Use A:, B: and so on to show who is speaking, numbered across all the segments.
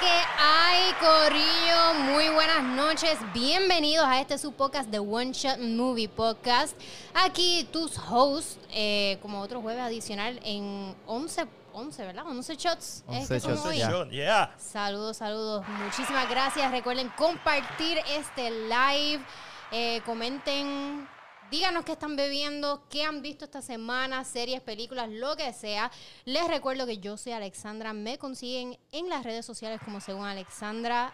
A: que hay, Corillo? Muy buenas noches. Bienvenidos a este su podcast de One Shot Movie Podcast. Aquí tus hosts, eh, como otro jueves adicional, en 11, 11 ¿verdad? 11 shots. ¿Es
B: 11
A: que somos
B: shots,
A: hoy?
B: ya.
C: John, yeah.
A: Saludos, saludos. Muchísimas gracias. Recuerden compartir este live. Eh, comenten, díganos qué están bebiendo, qué han visto esta semana, series, películas, lo que sea. Les recuerdo que yo soy Alexandra. Me consiguen en las redes sociales como según Alexandra.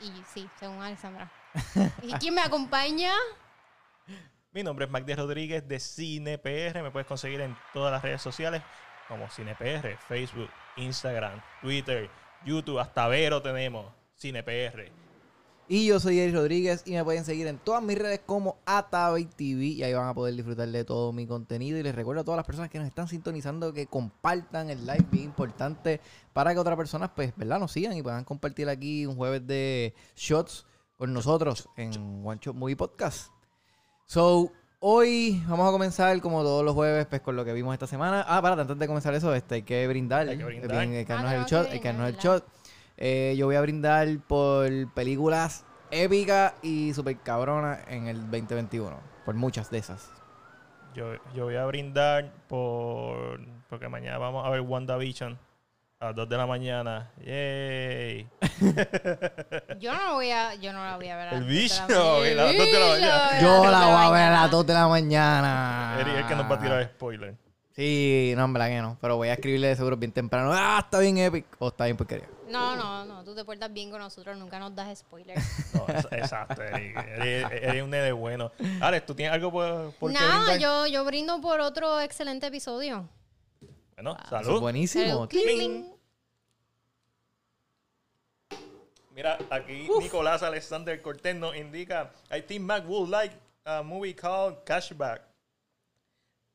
A: Y sí, según Alexandra. ¿Y quién me acompaña?
C: Mi nombre es Magdi Rodríguez de CinePR. Me puedes conseguir en todas las redes sociales como CinePR, Facebook, Instagram, Twitter, YouTube, hasta Vero tenemos CinePR.
B: Y yo soy Eric Rodríguez y me pueden seguir en todas mis redes como Atavey TV y ahí van a poder disfrutar de todo mi contenido. Y les recuerdo a todas las personas que nos están sintonizando que compartan el live, bien importante, para que otras personas, pues, ¿verdad? Nos sigan y puedan compartir aquí un jueves de shots con nosotros en One Shot Movie Podcast. So, hoy vamos a comenzar, como todos los jueves, pues, con lo que vimos esta semana. Ah, para, antes de comenzar eso, este, hay que brindar.
C: Hay que brindar.
B: Bien, hay que darnos
A: Ah, tengo
B: el
A: que
B: shot, hay que
A: brindar,
B: darnos el
A: ¿verdad?
B: shot. Eh, yo voy a brindar por películas épicas y super cabronas en el 2021. Por muchas de esas.
C: Yo, yo voy a brindar por. Porque mañana vamos a ver WandaVision a las 2 de la mañana. ¡Yay!
A: Yo no voy a, yo no la voy a ver. a
C: El
A: las dos de
C: bicho,
A: la mañana.
C: a las dos
A: El bicho,
C: de la mañana.
A: a
B: Yo
A: las
B: la
A: dos de
B: voy a ver a
A: mañana.
B: las 2 de la mañana.
C: Eric es que nos va
B: Ah.
C: a tirar spoiler.
B: Sí, no, en verdad que no. Pero voy a escribirle de seguro bien temprano. Ah, está bien epic. O está bien porquería.
A: No, no, no, tú te portas bien con nosotros, nunca nos das spoilers.
C: No, es- exacto, Eric. Eric- Eric es un nene bueno. Alex, ¿tú tienes algo por, por qué
A: Nada,
C: brindar?
A: yo, yo brindo por otro excelente episodio.
C: Bueno,
B: Eso es
C: salud.
B: buenísimo.
A: Pero, cling, cling.
C: Mira, aquí Nicolás Alexander Cortés nos indica, I think Mac would like a movie called Cashback.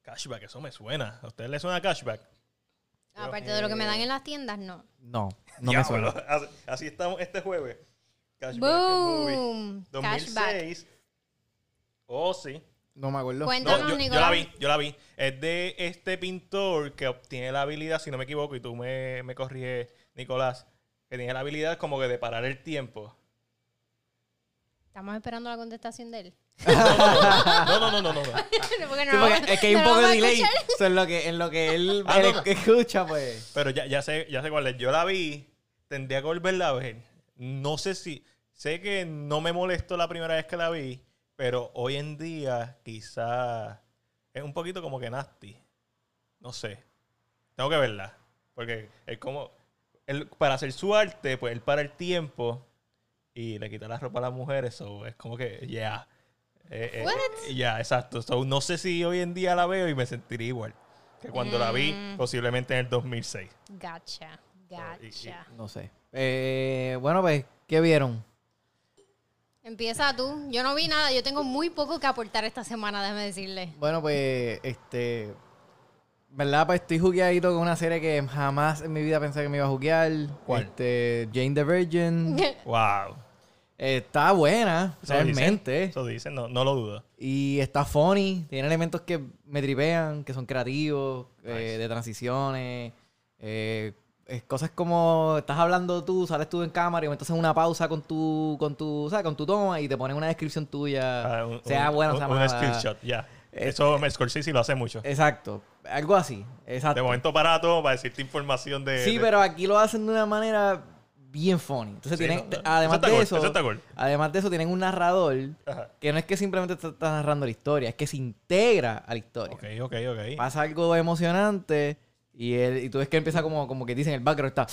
C: Cashback, eso me suena. ¿A usted le suena Cashback?
A: Aparte de lo que me dan en las tiendas, no.
B: No, no me
C: Diablo,
B: suena.
C: Así, así estamos este jueves. Cashback. el movie.
A: Boom. Cashback.
C: 2006. Oh, sí.
B: No me acuerdo.
A: Cuenta-
C: No,
A: Cuéntanos,
C: yo, yo
A: Nicolás.
C: la vi, yo la vi. Es de este pintor que obtiene la habilidad, si no me equivoco, y tú me, me corriges, Nicolás, que tiene la habilidad como que de parar el tiempo.
A: Estamos esperando la contestación de él.
C: No, no, no, no, no. no.
A: Porque no
B: Sí,
A: lo
B: porque
A: vamos-
B: es que hay un
A: no lo
B: poco
A: vamos
B: de
A: a
B: delay.
A: escuchar.
B: Eso es lo que, en lo que él,
C: Ah, no,
B: él
C: no.
B: escucha, pues.
C: Pero ya, ya sé, ya sé cuál es. Yo la vi, tendría que volverla a ver. No sé si. Sé que no me molestó la primera vez que la vi, pero hoy en día quizá es un poquito como que nasty. No sé. Tengo que verla. Porque es como. él, para hacer su arte, pues él para el tiempo y le quita la ropa a las mujeres. so, es como que, ya. Eh, eh,
A: What?
C: ya, exacto. So, no sé si hoy en día la veo y me sentiré igual que cuando la vi, posiblemente en el 2006.
A: Gacha, gacha.
B: No sé. Eh, bueno, pues, ¿qué vieron?
A: Empieza tú. Yo no vi nada. Yo tengo muy poco que aportar esta semana, déjame decirle.
B: Bueno, pues, este. ¿Verdad? Pues estoy jugueadito con una serie que jamás en mi vida pensé que me iba a juguear.
C: ¿Cuál?
B: Este, Jane the Virgin.
C: Wow.
B: Eh, está buena,
C: Eso
B: realmente.
C: dicen, Eso dicen, no, no lo dudo.
B: Y está funny. Tiene elementos que me tripean, que son creativos, eh,
C: Nice.
B: de transiciones. eh, es cosas como estás hablando tú, sales tú en cámara y entonces una pausa con tu, con tu, ¿sabes? Con tu toma y te ponen una descripción tuya.
C: Ah, un-
B: sea
C: un-
B: buena o
C: un,
B: sea
C: un
B: mala. Eh,
C: skill shot, ya. Eso me Scorsese lo hace mucho.
B: Exacto. Algo así. Exacto.
C: De momento para todo, para decirte información de.
B: Sí,
C: de-
B: pero aquí lo hacen de una manera bien funny. Entonces
C: Sí,
B: tienen,
C: no, no.
B: además
C: Eso está
B: de
C: cool,
B: eso,
C: eso está cool.
B: además de eso tienen un narrador
C: Ajá.
B: que no es que simplemente te está narrando la historia, es que se integra a la historia.
C: Ok, ok, ok.
B: Pasa algo emocionante y él, y tú ves que empieza como, como que dicen el background está.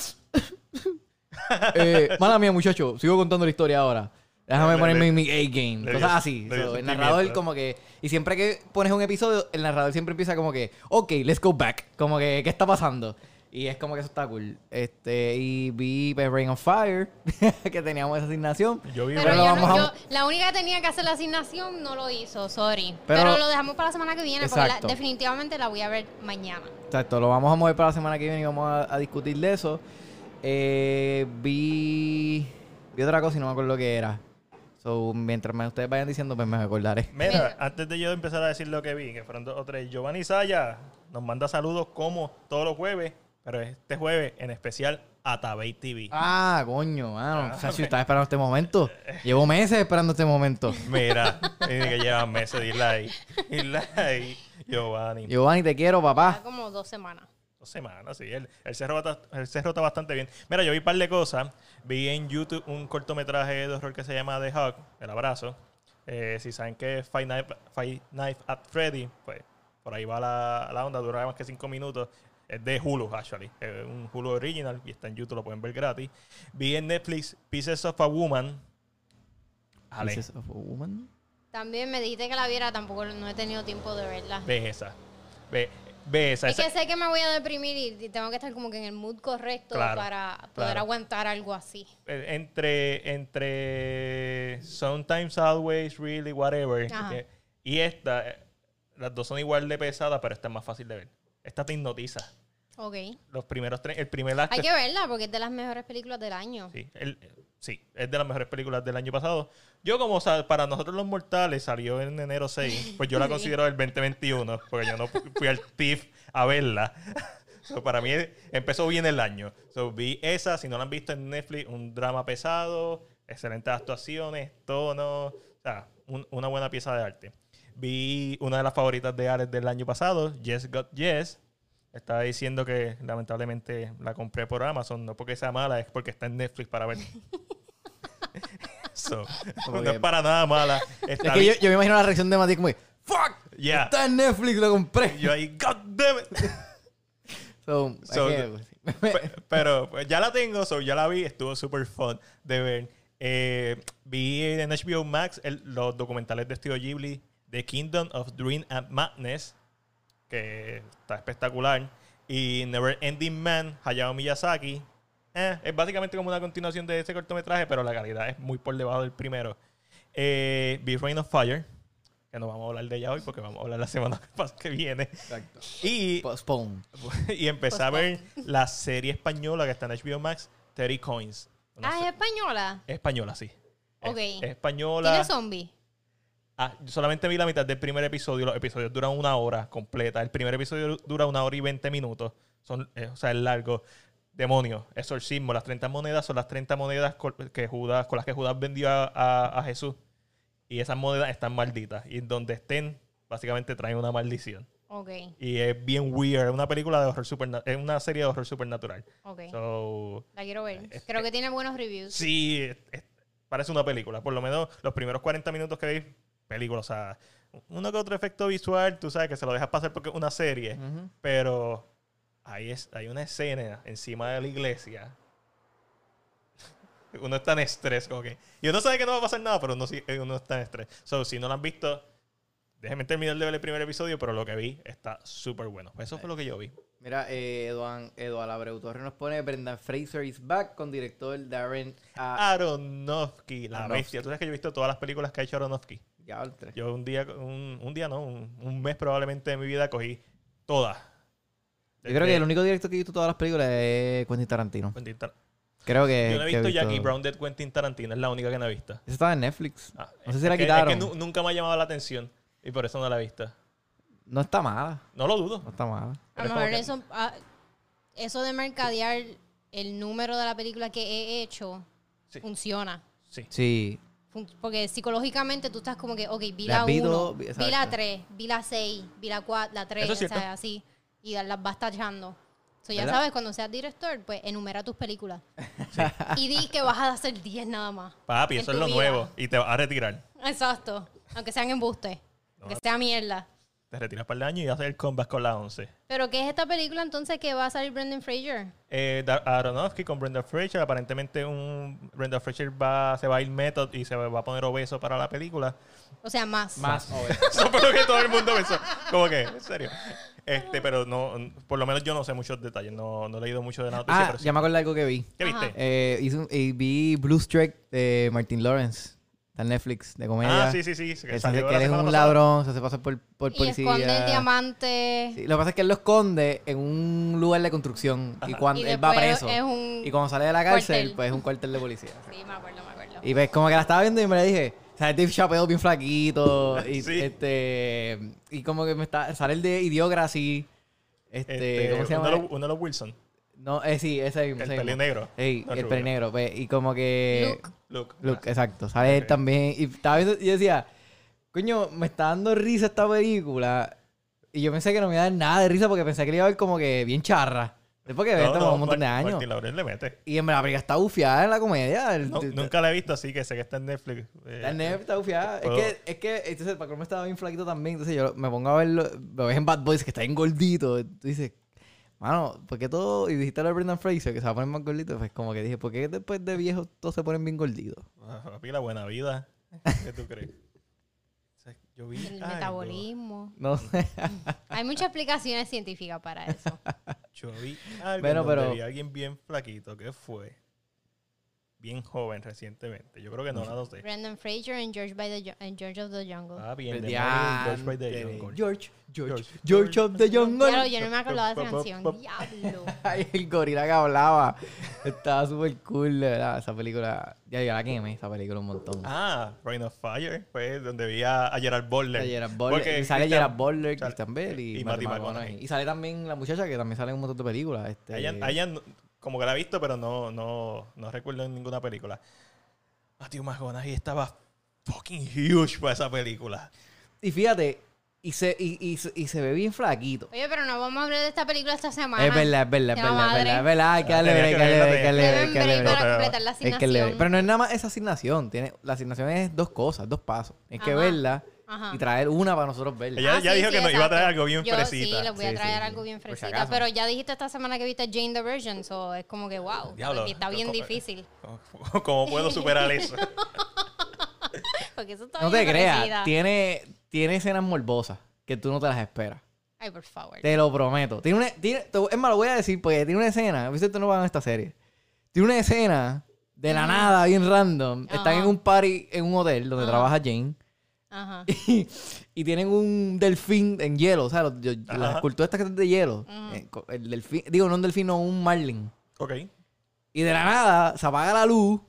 B: eh, mala mía, muchacho, sigo contando la historia ahora. Déjame
C: Le-
B: ponerme
C: le-
B: en mi A-game.
C: le dio-
B: Cosas así.
C: le
B: So,
C: dio
B: el
C: sentimiento,
B: narrador
C: ¿eh?
B: como que... Y siempre que pones un episodio, el narrador siempre empieza como que... Ok, let's go back. Como que, ¿qué está pasando? Y es como que eso está cool. Este, y vi pues, Rain on Fire, que teníamos esa asignación.
C: Yo vi
A: Pero,
B: Pero
A: yo
B: vamos
A: no- yo-
B: a-
A: la única que tenía que hacer la asignación no lo hizo, sorry. Pero,
B: Pero-
A: lo dejamos para la semana que viene, porque
B: Exacto.
A: la- definitivamente la voy a ver mañana.
B: Exacto, lo vamos a mover para la semana que viene y vamos a, a discutir de eso. Eh, vi, vi otra cosa y no me acuerdo qué era. So, mientras me, ustedes vayan diciendo, pues me acordaré.
C: Mira, antes de yo empezar a decir lo que vi, que fueron dos o tres, Giovanni Saya nos manda saludos como todos los jueves, pero este jueves en especial Atabey TV.
B: Ah, coño, mano. Sacho, yo estaba esperando este momento. Llevo meses esperando este momento.
C: Mira, tiene que llevan meses, dile ahí. Dile ahí, Giovanni.
B: Giovanni, te quiero,
A: Ya
B: papá.
A: como dos semanas.
C: Dos semanas, sí. Él, él se rota, él se rota bastante bien. Mira, yo vi un par de cosas. Vi en YouTube un cortometraje de horror que se llama The Hawk, El Abrazo. Eh, si saben que es Five Nights at Freddy, pues por ahí va la, la onda, dura más que cinco minutos. Es de Hulu, actually. Es un Hulu original y está en YouTube, lo pueden ver gratis. Vi en Netflix Pieces of a Woman. Ale,
B: Pieces of a Woman.
A: También me dijiste que la viera, tampoco no he tenido tiempo de verla.
C: ve esa. Ve, ve esa.
A: Es
C: esa-
A: que sé que me voy a deprimir y- y tengo que estar como que en el mood correcto
C: Claro,
A: para poder
C: claro.
A: aguantar algo así.
C: eh, entre entre sometimes always really whatever
A: Ajá.
C: eh, y esta eh, las dos son igual de pesadas pero esta es más fácil de ver esta te hipnotiza
A: Ok.
C: los primeros tres el primer acto
A: Hay
C: es-
A: que verla porque es de las mejores películas del año.
C: sí, el- sí, es de las mejores películas del año pasado yo como sa- para nosotros los mortales salió en enero 6 pues yo la
A: Sí.
C: considero del 2021 porque yo no fu- fui al TIFF a verla So, para mí eh, empezó bien el año. So, vi esa, si no la han visto en Netflix, un drama pesado, excelentes actuaciones, tono, o sea, un- una buena pieza de arte. Vi una de las favoritas de Ares del año pasado, Yes Got Yes. Estaba diciendo que lamentablemente la compré por Amazon, no porque sea mala, es porque está en Netflix para ver. So, no es
B: bien.
C: para nada mala. Está
B: Es que yo,
C: bien.
B: yo me imagino la reacción de Mati como que, ¡Fuck!
C: Yeah.
B: Está en Netflix, lo compré.
C: Yo ahí, God damn it.
B: So, hay
C: So,
B: que- pues,
C: Pe- pero pues, ya la tengo, so, ya la vi, estuvo súper fun de ver. Eh, vi en HBO Max el- los documentales de Studio Ghibli, The Kingdom of Dream and Madness, que está espectacular, y Never Ending Man, Hayao Miyazaki. Eh, es básicamente como una continuación de ese cortometraje, pero la calidad es muy por debajo del primero. Eh, vi Rain of Fire, que no vamos a hablar de ella hoy porque vamos a hablar la semana que pas- que viene.
B: Exacto. Pues,
C: Y
B: Postpone.
C: y empecé a ver la serie española que está en HBO Max, 30 Coins. Una
A: Ah,
C: se-
A: es española.
C: es española, sí. Es-
A: Ok.
C: Es, española.
A: Tiene zombie.
C: Ah, yo solamente vi la mitad del primer episodio. Los episodios duran una hora completa. El primer episodio dura una hora y 20 minutos. Son, eh, o sea, es largo. Demonio, exorcismo, las 30 monedas son las 30 monedas col- que Judas, con las que Judas vendió a, a- a Jesús. Y esas monedas están malditas. Y donde estén, básicamente traen una maldición.
A: Ok,
C: Y es bien weird. Es una película de horror supernatural. Es una serie de horror supernatural.
A: ok.
C: So,
A: la quiero ver.
C: es-
A: Creo que tiene buenos reviews.
C: sí, es- es- parece una película. Por lo menos los primeros 40 minutos que veis, película. O sea, uno que otro efecto visual, tú sabes que se lo dejas pasar porque es una serie.
B: Ujú.
C: Pero ahí es, hay una escena encima de la iglesia. Uno está en estrés, como que. Y uno sabe que no va a pasar nada, pero uno, sí- eh, uno está en estrés. So, si no lo han visto, déjenme terminar de ver el primer episodio, pero lo que vi está súper bueno. Eso fue lo que yo vi.
B: Mira, eh, Eduan, Eduardo Abreu Torres nos pone Brendan Fraser is back con director Darren
C: Ah.
B: A.
C: Aronofsky, la
B: Aronofsky.
C: bestia. Tú sabes que yo he visto todas las películas que ha hecho Aronofsky.
B: Ya, el tres.
C: Yo un día, un, un día no, un, un mes probablemente de mi vida cogí todas. Eh,
B: Yo creo que el único director que he visto todas las películas es Quentin Tarantino.
C: Quentin Tar-
B: Creo que.
C: Yo no he
B: que
C: visto Jackie Brown de Quentin Tarantino, es la única que no he visto.
B: Esa estaba en Netflix.
C: Ah,
B: No sé
C: es
B: si la
C: que- es
B: quitaron.
C: que nu- nunca me ha llamado la atención y por eso no la he visto.
B: No está mala.
C: No lo dudo.
B: No está mala.
A: A
C: pero
A: lo
C: es como
A: mejor
C: que-
A: eso, ah, eso de mercadear el número de la película que he hecho
C: Sí.
A: funciona.
C: Sí.
B: Sí.
A: Fun- Porque psicológicamente tú estás como que, ok, vi
B: La
A: la
B: vi
A: 1,
B: dos, vi-
A: vi la
B: exacto.
A: 3, vi la 6, vi la 4, la 3,
C: Eso es
A: o
C: cierto.
A: sea, así. Y las vas tachando. So, ya
B: ¿Verdad?
A: sabes, cuando seas director, pues enumera tus películas. Y di que vas a hacer 10 nada más.
C: Papi,
A: En tu
C: eso es lo
A: vida.
C: nuevo y te vas a retirar.
A: Exacto. Aunque sean embustes. Aunque sea mierda.
C: Te retiras para el año y haces el comeback con la 11.
A: ¿Pero qué es esta película entonces que va a salir Brendan Fraser?
C: Eh, Dar- Aronofsky con Brenda Fraser. Aparentemente un Brenda Fraser va, se va a ir method y se va a poner obeso para la película.
A: O sea, más.
B: Más o
C: Eso fue lo que todo el mundo pensó. Como que, en serio. Este, pero no, por lo menos yo no sé muchos detalles. No, no he leído mucho de la noticia.
B: Ah,
C: pero sí.
B: ya me acuerdo de algo que vi.
C: ¿Qué viste?
A: Ajá.
B: Eh, hice un- eh, vi Blue Streak de Martin Lawrence. Está en Netflix, de comedia.
C: ah, sí, sí, sí.
B: Que, se hace-
C: salió
B: que
C: la
B: él es
C: semana
B: un
C: pasada.
B: ladrón, se hace pasar por, por
A: Y
B: policía.
A: esconde el diamante.
B: Sí, lo que pasa es que él lo esconde en un lugar de construcción y cuando
A: Y
B: él va
A: después
B: preso.
A: es un
B: Y cuando sale de la cárcel,
A: cuartel.
B: pues es un cuartel de policía.
A: Sí, me acuerdo, me acuerdo.
B: Y ves como que la estaba viendo y me la dije, o sea, Dave Chappelle bien flaquito y
C: Sí.
B: este y como que me está sale el de Idiocracy. Este,
C: Este,
B: ¿cómo se
C: uno
B: llama?
C: de los- Uno de los Wilson.
B: No, eh, sí, ese mismo.
C: El
B: ese mismo.
C: peli negro.
B: Ey,
C: No,
B: el
C: rubio.
B: peli negro. pues, y como que.
A: Luke.
C: Luke.
B: Luke, exacto. Sale él
C: Ok.
B: también. Y estaba viendo- y yo decía, coño, me está dando risa esta película. Y yo pensé que no me iba a dar nada de risa porque pensé que le iba a ver como que bien charra. Después que
C: No,
B: ve esto
C: no,
B: por un montón de
C: Mar-
B: años.
C: Martín Laurel le mete.
B: Y en verdad, la película está bufiada en la comedia. El-
C: No,
B: el-
C: nunca la he visto, así que sé que está en Netflix. Eh,
B: La neve Este, está bufiada. Es
C: puedo-
B: que, es que, entonces, para colmo estaba bien flaquito también. Entonces, yo me pongo a verlo. Lo ves en Bad Boys, que está bien gordito. Tú dices, mano, ¿por qué todo? Y dijiste lo de Brendan Fraser, que se va a poner más gordito. Pues como que dije, ¿por qué después de viejo todos se ponen bien gorditos?
C: ah, Papi, la buena vida. ¿Qué tú crees? O sea, Yo vi
A: El
C: algo,
A: metabolismo.
B: No sé.
A: Hay muchas explicaciones científicas para eso.
C: Yo vi algo
B: Bueno,
C: en donde
B: pero-
C: vi a alguien bien flaquito que fue bien joven recientemente. Yo creo que no la noté.
A: Brandon Fraser en George, by the Ju- en George of the Jungle.
C: Ah, bien. de Mario, George by the
B: Diantre.
C: Jungle.
B: eh, George, George,
C: George.
B: George of the
A: Claro,
B: Jungle.
A: yo no me acordaba de esa
C: Pop, pop,
A: canción.
C: pop.
A: Diablo.
B: Ay, el gorila que hablaba. Estaba súper cool, de verdad. Esa película. Ya, yo la quemé, esa película un montón.
C: Ah, Rain of Fire fue donde vi a, a Gerard Butler.
B: Sale Gerard Butler,
C: Porque
B: y sale
C: Christian-
B: Gerard Butler,
C: Sal-
B: Christian Bell y, Matthew
C: y Matthew
B: McConaughey.
C: McConaughey.
B: Y sale también la muchacha que también sale en un montón de películas. Este,
C: A ella, a ella no- como que la he visto, pero no, no, no recuerdo en ninguna película. Matthew McConaughey estaba fucking huge para esa película.
B: Y fíjate, y se, y, y, se- y se ve bien flaquito.
A: Oye, pero no vamos a hablar de esta película esta semana.
B: Es verdad, es verdad, es
A: Ya,
B: verdad, es verdad, es
A: madre.
B: verdad. Hay que darle
C: Ah, tenía
B: break,
C: que
B: hay que darle
C: verla,
B: break, hay que darle
A: Deben
B: break, hay que darle
A: break
B: break.
A: para completar la
B: Es que le-
A: asignación.
B: pero no es nada más esa asignación. Tiene, la asignación es dos cosas, dos pasos. Es que
A: Ajá.
B: verla
A: Ajá.
B: y traer una para nosotros verla.
A: Ah,
C: Ella- ya dijo que nos iba a traer algo bien
A: Yo
C: fresita.
A: Sí, les voy a
B: Sí,
A: traer
B: sí, Pues
A: algo
B: sí.
A: bien
B: Por si
A: fresita.
B: acaso.
A: pero ya dijiste esta semana que viste Jane the Virgin, so es como que wow.
C: Diablo,
A: está bien
C: loco, eh.
A: difícil.
C: ¿Cómo, cómo puedo superar eso?
A: Porque eso está
B: No te
A: bien
B: creas,
A: parecida.
B: tiene, tiene escenas morbosas que tú no te las esperas.
A: Ay, por favor.
B: Te lo prometo. Tiene una, tiene, te- es más, lo voy a decir porque tiene una escena. ¿Viste? Tú no van a esta serie. Tiene una escena de la nada, bien random. Están en
A: Ajá.
B: un party en un hotel donde
A: Ajá.
B: trabaja Jane.
A: Ajá.
B: Y, y tienen un delfín en hielo. O sea, los- yo- las
C: Ajá.
B: esculturas estas que son de hielo. eh, co- el delfín, digo, no un delfín, no un marlin.
C: ok.
B: Y de la nada se apaga la luz.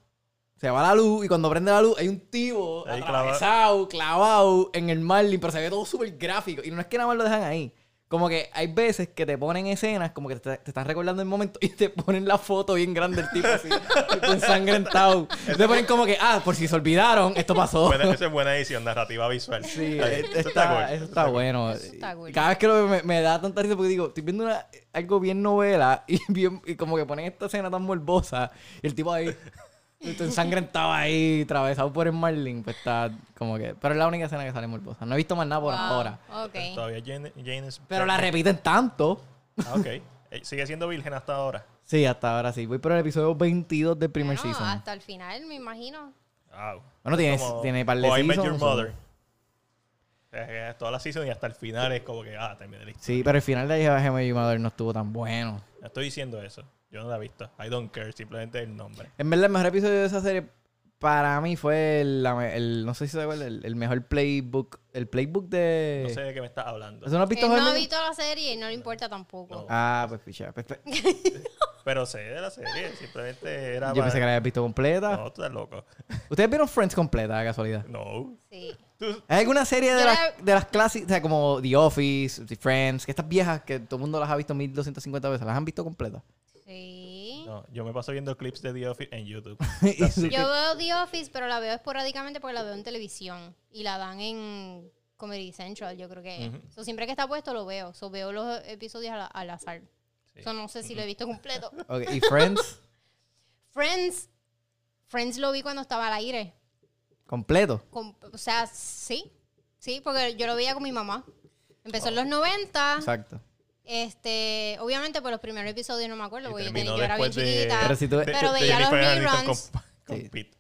B: Se va la luz y cuando prende la luz hay un tío
C: Ahí clavado.
B: atravesado, clavado en el Marlin, pero se ve todo súper gráfico. Y no es que nada más lo dejan ahí. Como que hay veces que te ponen escenas, como que te, te están recordando el momento y te ponen la foto bien grande del tipo así, con sangre Te ponen como que, ah, por si se olvidaron, esto pasó.
C: Buena- esa es buena edición, narrativa visual.
B: Sí,
C: Ahí,
B: eh,
C: eso
B: está,
C: cool,
B: eso
C: eso
B: está
C: cool.
B: bueno.
A: Eso está cool.
B: Cada vez que lo veo me, me da tanta risa porque digo, estoy viendo una, algo bien novela y, bien, y como que ponen esta escena tan morbosa y el tipo ahí, está ensangrentado ahí, atravesado por el Marlin, pues está como que... Pero es la única escena que sale morbosa. No he visto más nada por
A: Wow,
B: ahora.
A: Ok.
C: Todavía Jane, Jane es...
B: Pero la repiten tanto.
C: Ah, ok. Eh, Sigue siendo virgen hasta ahora.
B: Sí, hasta ahora sí. Voy por el episodio 22 del primer
A: Bueno,
B: season.
A: hasta el final, me imagino.
C: Wow.
B: Bueno, tiene- tiene par de
C: o I Met Your
B: seasons,
C: Mother. Eh, eh, Toda la season y hasta el final es como que, ah, terminé la historia.
B: Sí, pero el final de Hija de Gemma y Mother no estuvo tan bueno.
C: Estoy diciendo eso. Yo no la he visto. I don't care, simplemente el nombre.
B: En verdad, el mejor episodio de esa serie para mí fue el, la me- el- no sé si se acuerdan, el, el mejor playbook, el playbook de...
C: No sé de qué me estás hablando.
B: ¿Eso no has visto
A: Él Eh, no ha
B: Hermione?
A: visto la serie y no le importa tampoco.
B: Ah, pues picha. pues, pues,
C: Pero sé de la serie, simplemente era.
B: yo pensé
C: para-
B: que la habías visto completa.
C: No, tú estás loco.
B: ¿Ustedes vieron Friends completa, de casualidad?
C: No.
A: Sí.
C: Tú-
B: ¿Hay alguna serie de
A: Yo
B: las,
A: la-
B: de las clásicas, o sea, como The Office, The Friends, que estas viejas que todo el mundo las ha visto 1250 veces, las han visto completas?
A: Sí.
C: No, yo me paso viendo clips de The Office en YouTube.
B: Y
C: Así.
B: su-
A: Yo veo The Office, pero la veo esporádicamente porque la veo en televisión. Y la dan en Comedy Central, yo creo que. es. So, siempre que está puesto lo veo. So, veo los episodios al, al azar.
C: Sí.
A: So, no sé si lo he visto completo.
B: Ok, ¿Y Friends
A: Friends. Friends lo vi cuando estaba al aire.
B: completo?
A: Com- o sea, sí. Sí, porque yo lo veía con mi mamá. Empezó
C: Oh.
A: en los 90.
B: Exacto.
A: Este, obviamente, por los primeros episodios no me acuerdo,
C: Y
A: porque yo,
C: terminó
A: tenía- yo era bien
C: después de-
A: chiquita.
B: Pero si tú-
A: pero
C: de- de
A: veía los
C: Jennifer Aniston
A: reruns.
C: Con, con
B: Sí.
C: Pete.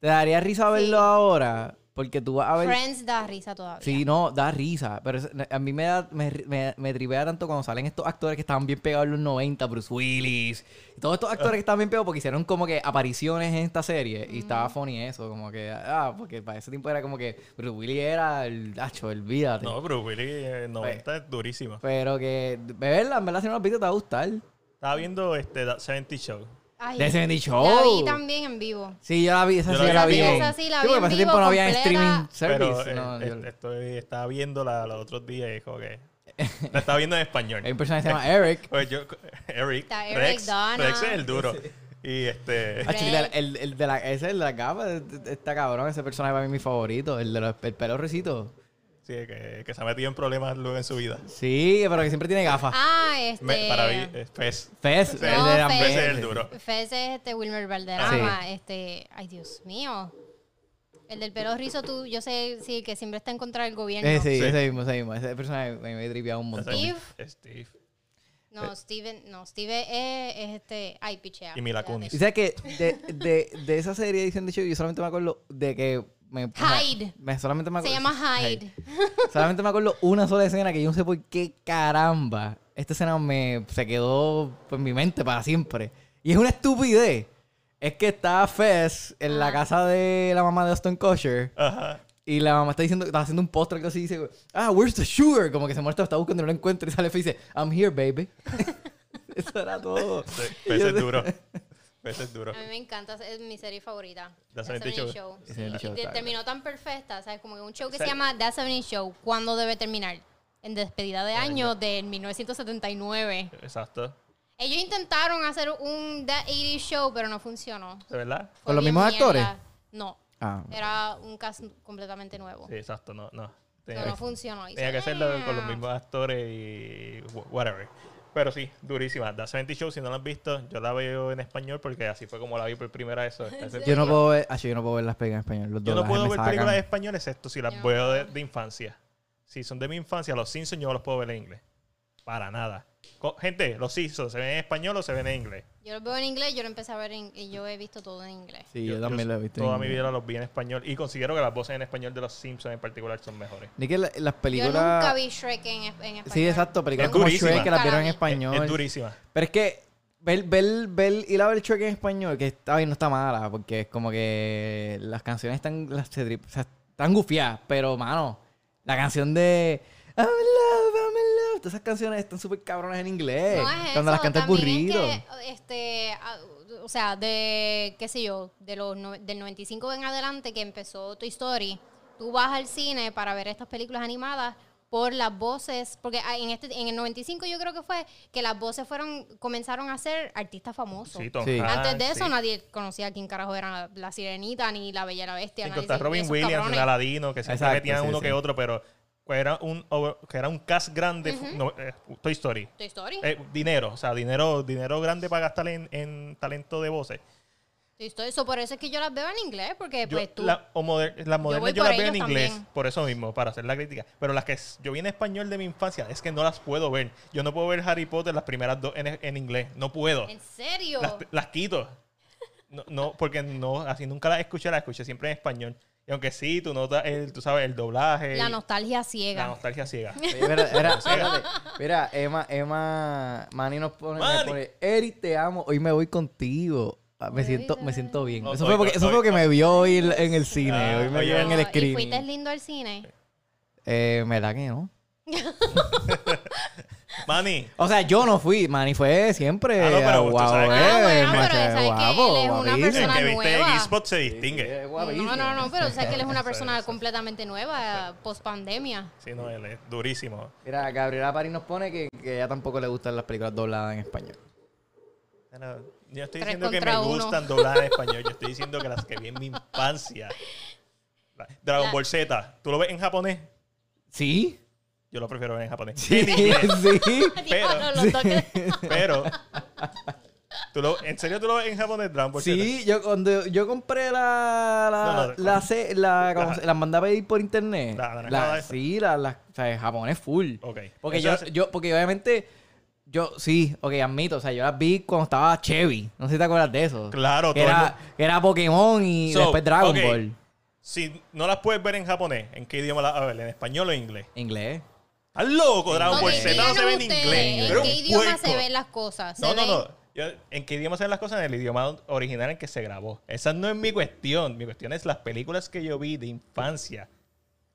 B: ¿Te daría risa verlo ahora? Porque tú vas a ver...
A: Friends da risa todavía.
B: Sí, no, da risa. Pero es- a mí me, da, me, me, me tripea tanto cuando salen estos actores que estaban bien pegados en los 90, Bruce Willis. y Todos estos actores que estaban bien pegados porque hicieron como que apariciones en esta serie. Y estaba funny eso, como que, ah, porque para ese tiempo era como que Bruce Willis era el hacho, olvídate.
C: No, Bruce Willis, eh, 90 es durísimo.
B: Pero que, de verdad, en verdad, si no lo has visto, te va a gustar.
C: Estaba viendo este The 70 Show.
A: Ay,
B: De ese
A: La vi
C: "Oh".
B: show.
A: también en vivo.
B: Sí, yo la vi, esa
C: Yo
B: sí
C: la
B: yo la
C: vi
B: vi.
C: también.
A: Esa sí la
B: Sí,
A: vi
B: porque
A: en
B: para ese tiempo
A: vivo
B: no había
A: completa.
B: streaming service.
C: Pero eh,
B: no, yo-
C: eh, estoy, estaba viéndola los otros días y es como que. La estaba viendo en español.
B: Hay un personaje que se llama Eric.
C: Pues yo- Eric,
A: Está Eric,
C: Rex,
A: Donna.
C: Rex es el duro. Y este,
B: Ah, chiquita, el, el de la, ese es el de la capa, está cabrón, ese personaje para mí es mi favorito, el de los, el pelo ricito.
C: sí, que, que se ha metido en problemas luego en su vida.
B: Sí, pero que siempre tiene gafas.
A: Ah, este.
C: Me- para mí, eh, Fez.
B: Fez,
C: Fez,
B: el de la
A: Fez.
C: Fez es el duro.
A: Fez es este Wilmer
C: Ah,
A: Valderrama, este, ay Dios mío. El del pelo rizo tú, yo sé sí que siempre está en contra del gobierno.
B: Eh, sí,
C: Sí.
B: ese mismo, ese mismo. Ese personaje me, me tripea un montón.
A: Steve.
C: Steve.
A: No, Steven, no, Steve es, es este, ay pichea.
C: Y Mila
A: espérate.
C: Kunis.
B: Y sabes que de, de, de esa serie dicen de hecho, yo solamente me acuerdo de que me, o sea,
A: Hyde.
B: me- solamente me
A: Se
B: acuerdo,
A: llama Hyde.
B: Solamente me acuerdo una sola escena que yo no sé por qué caramba. Esta escena me se quedó en mi mente para siempre. Y es una estupidez. Es que está Fez en la casa de la mamá de Austin Kosher.
C: Ajá.
B: Y la mamá está diciendo, está haciendo un postre algo así y dice, ah, where's the sugar? Como que se muestra, está buscando y no lo encuentra y sale Fez y dice, I'm here, baby. Eso era todo.
C: Sí, Fez es duro. Fez es duro.
A: A mí me encanta, es mi serie favorita.
C: The 70 Show.
A: Show.
B: The
A: sí.
B: 70
A: Y
B: Show
A: te-
B: está
A: terminó tan perfecta, ¿sabes? Como que un show que
C: Sí.
A: se llama The 70 Show, ¿cuándo debe terminar? En despedida de año de 1979.
C: Exacto.
A: Ellos intentaron hacer un The 80 Show, pero no funcionó.
C: ¿De verdad?
A: Fue
B: los
A: bien
B: mismos actores?
A: No,
B: Ah,
A: era un cast completamente nuevo.
C: Sí, exacto. No, no.
A: Pero
C: Tenía,
A: no funcionó. "Ah, Y
C: tenía
A: se-
C: que hacerlo con los mismos actores y wh- whatever. Pero sí, durísima. The 70 Show, si no la has visto, yo la veo en español porque así fue como la vi por primera vez.
B: yo no puedo ver, ah, yo no puedo ver las películas en español. Los
C: Eh, Yo no
B: doblajes
C: puedo
B: me
C: ver
B: sacan.
C: películas españolas excepto si las
A: Yo no
C: veo
A: puedo.
C: de, de infancia. Si son de mi infancia, los Simpsons yo no los puedo ver en inglés. Para nada. Co- gente, los Simpsons, ¿se ven en español o se ven en inglés?
A: Yo lo veo en inglés, yo lo empecé a ver en- y yo he visto todo en inglés.
B: Sí, yo, también lo he visto. en
C: Toda mi
B: inglés.
C: vida los vi en español y considero que las voces en español de los Simpsons en particular son mejores.
B: Ni que la- las películas...
A: Yo nunca vi Shrek en, es- en español.
B: Sí, exacto, películas
C: Es
B: como
C: durísima.
B: Shrek que las
A: Nunca
B: vieron
A: la
B: en
A: vi.
B: español.
C: Es, es durísima.
B: Pero es que ver, ver, ver y la ver Shrek en español, que está bien, no está mala, porque es como que las canciones están, las, se tri- o sea, están gufiadas, pero mano, la canción de I'm in love, I'm in love, todas esas canciones están súper cabronas en inglés.
A: No es
B: Eh, cuando las
A: eso,
B: canta el
A: también es
B: burrito.
A: que, este, ah, o sea, de, qué sé yo, de los no- del 95 en adelante que empezó Toy Story, tú vas al cine para ver estas películas animadas por las voces, porque ah, en este en el 95 yo creo que fue que las voces fueron comenzaron a ser artistas famosos.
C: Sí, Tom
B: Sí.
C: Hanks,
A: Antes de eso
C: Ah, sí.
A: nadie conocía quién carajo era la, la sirenita ni la bella y la bestia.
C: Sin
A: nadie
C: contar
A: se-
C: Robin
A: esos
C: Williams,
A: cabrones.
C: el Aladino, que siempre
B: Exacto,
C: metían
B: sí,
C: uno
B: sí.
C: que otro, pero era un, over- que era un cast grande. fu- no, eh, Toy Story.
A: Toy Story.
C: Eh, dinero, o sea, dinero, dinero grande para gastar en, en talento de voces.
A: Toy Story. Eso por eso es que yo las veo en inglés, porque
C: Yo,
A: pues tú.
C: la- o moder- las
A: voy
C: modernas yo
A: por
C: las veo en
A: ellos
C: inglés,
A: también.
C: por eso mismo, para hacer la crítica. Pero las que s- yo vi en español de mi infancia, es que no las puedo ver. Yo no puedo ver Harry Potter las primeras dos en, en inglés, no puedo.
A: ¿En serio?
C: Las, las quito. No, no, porque no, así nunca las escuché, las escuché siempre en español. Y aunque sí, tú notas, el, tú sabes, el doblaje,
A: La nostalgia
C: la
A: ciega.
C: nostalgia ciega.
B: Oye, Mira, mira, espérate. Mira, Emma, Emma, Manny nos pone, me
C: Manny.
B: pone, Eri, te amo, hoy me voy contigo. Ah, Me siento, me siento bien.
C: No,
B: eso
C: hoy-
B: fue porque, eso
C: hoy-
B: fue porque me vio hoy en- en el cine.
C: Ah,
B: Hoy me
C: oye,
B: vio en
A: No,
B: el
A: ¿y fuiste
B: screen.
A: lindo al cine?
B: Eh, ¿Verdad que no?
C: Manny,
B: O sea, yo no fui, Manny fue siempre.
C: Ah, no, pero
B: ah,
C: tú
B: guau,
C: sabes que-
A: Ah,
B: eh,
A: bueno, pero
B: macho,
A: sabes que
B: guapo,
A: él es una
B: guapísimo.
C: el
A: persona
C: que viste en
A: nueva.
C: Xbox se
B: Sí, sí,
C: distingue.
B: es
A: No,
B: guapísimo.
A: no, no, pero o sea que él es una
C: Eso,
A: persona
C: eso.
A: completamente nueva, post pandemia.
C: Sí, no, él es durísimo.
B: Mira, Gabriela París nos pone que, que ella tampoco le gustan las películas dobladas en español.
C: Bueno, Yo estoy
A: Tres
C: diciendo que me
A: contra uno.
C: gustan dobladas en español. Yo estoy diciendo que las que vi en mi infancia. La- Dragon
A: La-
C: Ball Z, ¿tú lo ves en japonés?
B: ¿Sí?
C: Yo lo prefiero ver en japonés.
B: Sí,
C: En inglés,
B: sí.
C: Pero-
A: Los dos que-
C: pero. ¿tú lo- ¿En serio tú lo ves en japonés, Dragon Ball Z?
B: Sí, yo cuando yo compré la la
C: No, no,
B: la, C- la,
C: Ajá.
B: ¿cómo se- la mandé a pedir por internet.
C: La naranjada
B: La-
C: esa.
B: sí, la, la o sea, japonés full.
C: Ok.
B: Porque
C: Eso
B: yo,
C: hace-
B: yo porque obviamente yo sí, ok, admito, o sea, yo las vi cuando estaba Chevy, no sé si te acuerdas de eso.
C: Claro,
B: que
C: todo el
B: era, que era Pokémon y
C: So,
B: después Dragon
C: ok.
B: Ball.
C: Si no las puedes ver en japonés, ¿en qué idioma las vas a ver? ¿En español o en inglés?
B: Inglés.
C: ¡Estás loco! Dragon
A: Ok,
C: Ball Z Ah, no se ve en
A: díganos
C: inglés.
A: ustedes,
C: Pero
A: ¿En qué
C: un
A: idioma se
C: puerco.
A: ven las cosas? ¿Se
C: No, no,
A: ven-
C: no. Yo- ¿En qué idioma se ven las cosas? En el idioma original en que se grabó. Esa no es mi cuestión. Mi cuestión es las películas que yo vi de infancia.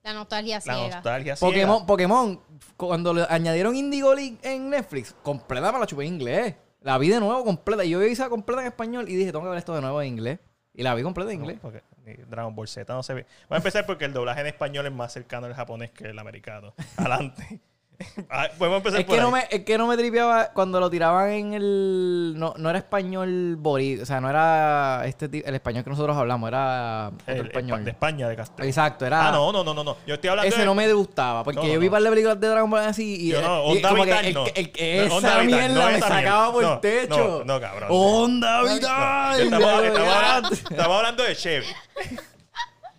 A: La nostalgia
C: La
A: ciega.
C: nostalgia ciega.
B: Pokémon, Pokémon, cuando le añadieron Indigo League en Netflix, completa me la chupé en inglés. La vi de nuevo completa. Yo vi esa completa en español y dije, tengo que ver esto de nuevo en inglés. Y la vi completa en
C: No,
B: inglés.
C: porque ni Dragon Ball Z no se ve. Voy a empezar porque el doblaje en español es más cercano al japonés que el americano. Adelante. Ah, Podemos empezar
B: Es
C: por
B: que, no
C: ahí.
B: me, es que no me tripeaba cuando lo tiraban en el. No, no era español borí, o sea, no era este ti- el español que nosotros hablamos, era otro
C: El- el pa-
B: español.
C: de España, de Castilla.
B: Exacto, era.
C: Ah, no, no, no, no, no. Yo estoy hablando
B: Ese
C: de...
B: no me gustaba, porque
C: No,
B: yo
C: no,
B: vi
C: no.
B: para la película de Dragon Ball así y, eh,
C: Yo no,
B: y
C: Onda
B: como que
C: Vital
B: el-
C: no.
B: el-
C: No,
B: esa
C: Onda Vital,
B: mierda
C: no,
B: me
C: esa
B: sacaba
C: mierda.
B: por
C: No,
B: el techo.
C: no, no, cabrón.
B: Onda
C: No,
B: Vital.
C: estamos,
B: de verdad.
C: estamos- estamos hablando de Chevy. Estamos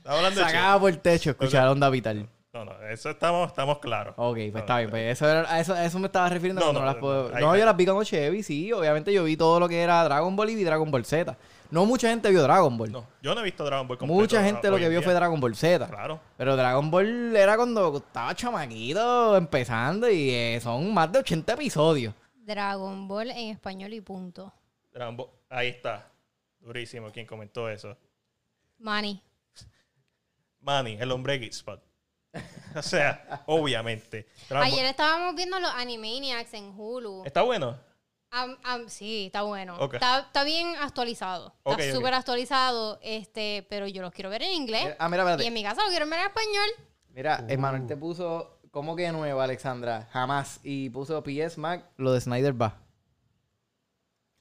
C: hablando de Chevy.
B: Sacaba por el techo escuchar Onda Vital.
C: No, no, eso estamos, estamos claros.
B: Ok, pues
C: No,
B: está bien. Pues eso, era- a, eso, a eso me estaba refiriendo.
C: Ah, No,
B: cuando no,
C: no,
B: las
C: no,
B: puedo-
C: ahí
B: no,
C: está.
B: yo las vi con Chevy, sí. Obviamente yo vi todo lo que era Dragon Ball y vi Dragon Ball Z. No mucha gente vio Dragon Ball.
C: No, yo no he visto Dragon Ball completo. ah,
B: mucha gente lo
C: hoy
B: que
C: en
B: vio
C: día.
B: fue Dragon Ball Z.
C: Claro.
B: Pero Dragon Ball era cuando estaba chamaquito, empezando y eh, son más de 80 episodios.
A: Dragon Ball en español y punto.
C: Dragon Ball- Ahí está. Durísimo quien comentó eso.
A: Manny.
C: Manny, el hombre Geekspot. o sea, obviamente. Dragon
A: Ayer estábamos viendo los Animaniacs en Hulu.
C: Ball- ¿Está bueno?
A: Am- am- sí, está bueno.
C: Ok.
A: Está, está bien actualizado. Está
C: Ok, ok.
A: súper actualizado, este, pero yo los quiero ver en inglés.
B: Ah, mira,
A: Y
B: espérate.
A: en mi casa los quiero ver en español.
B: Mira, Emanuel te puso, ¿cómo que nueva, Alexandra? Jamás. Y puso PS Mac, lo de Snyder va.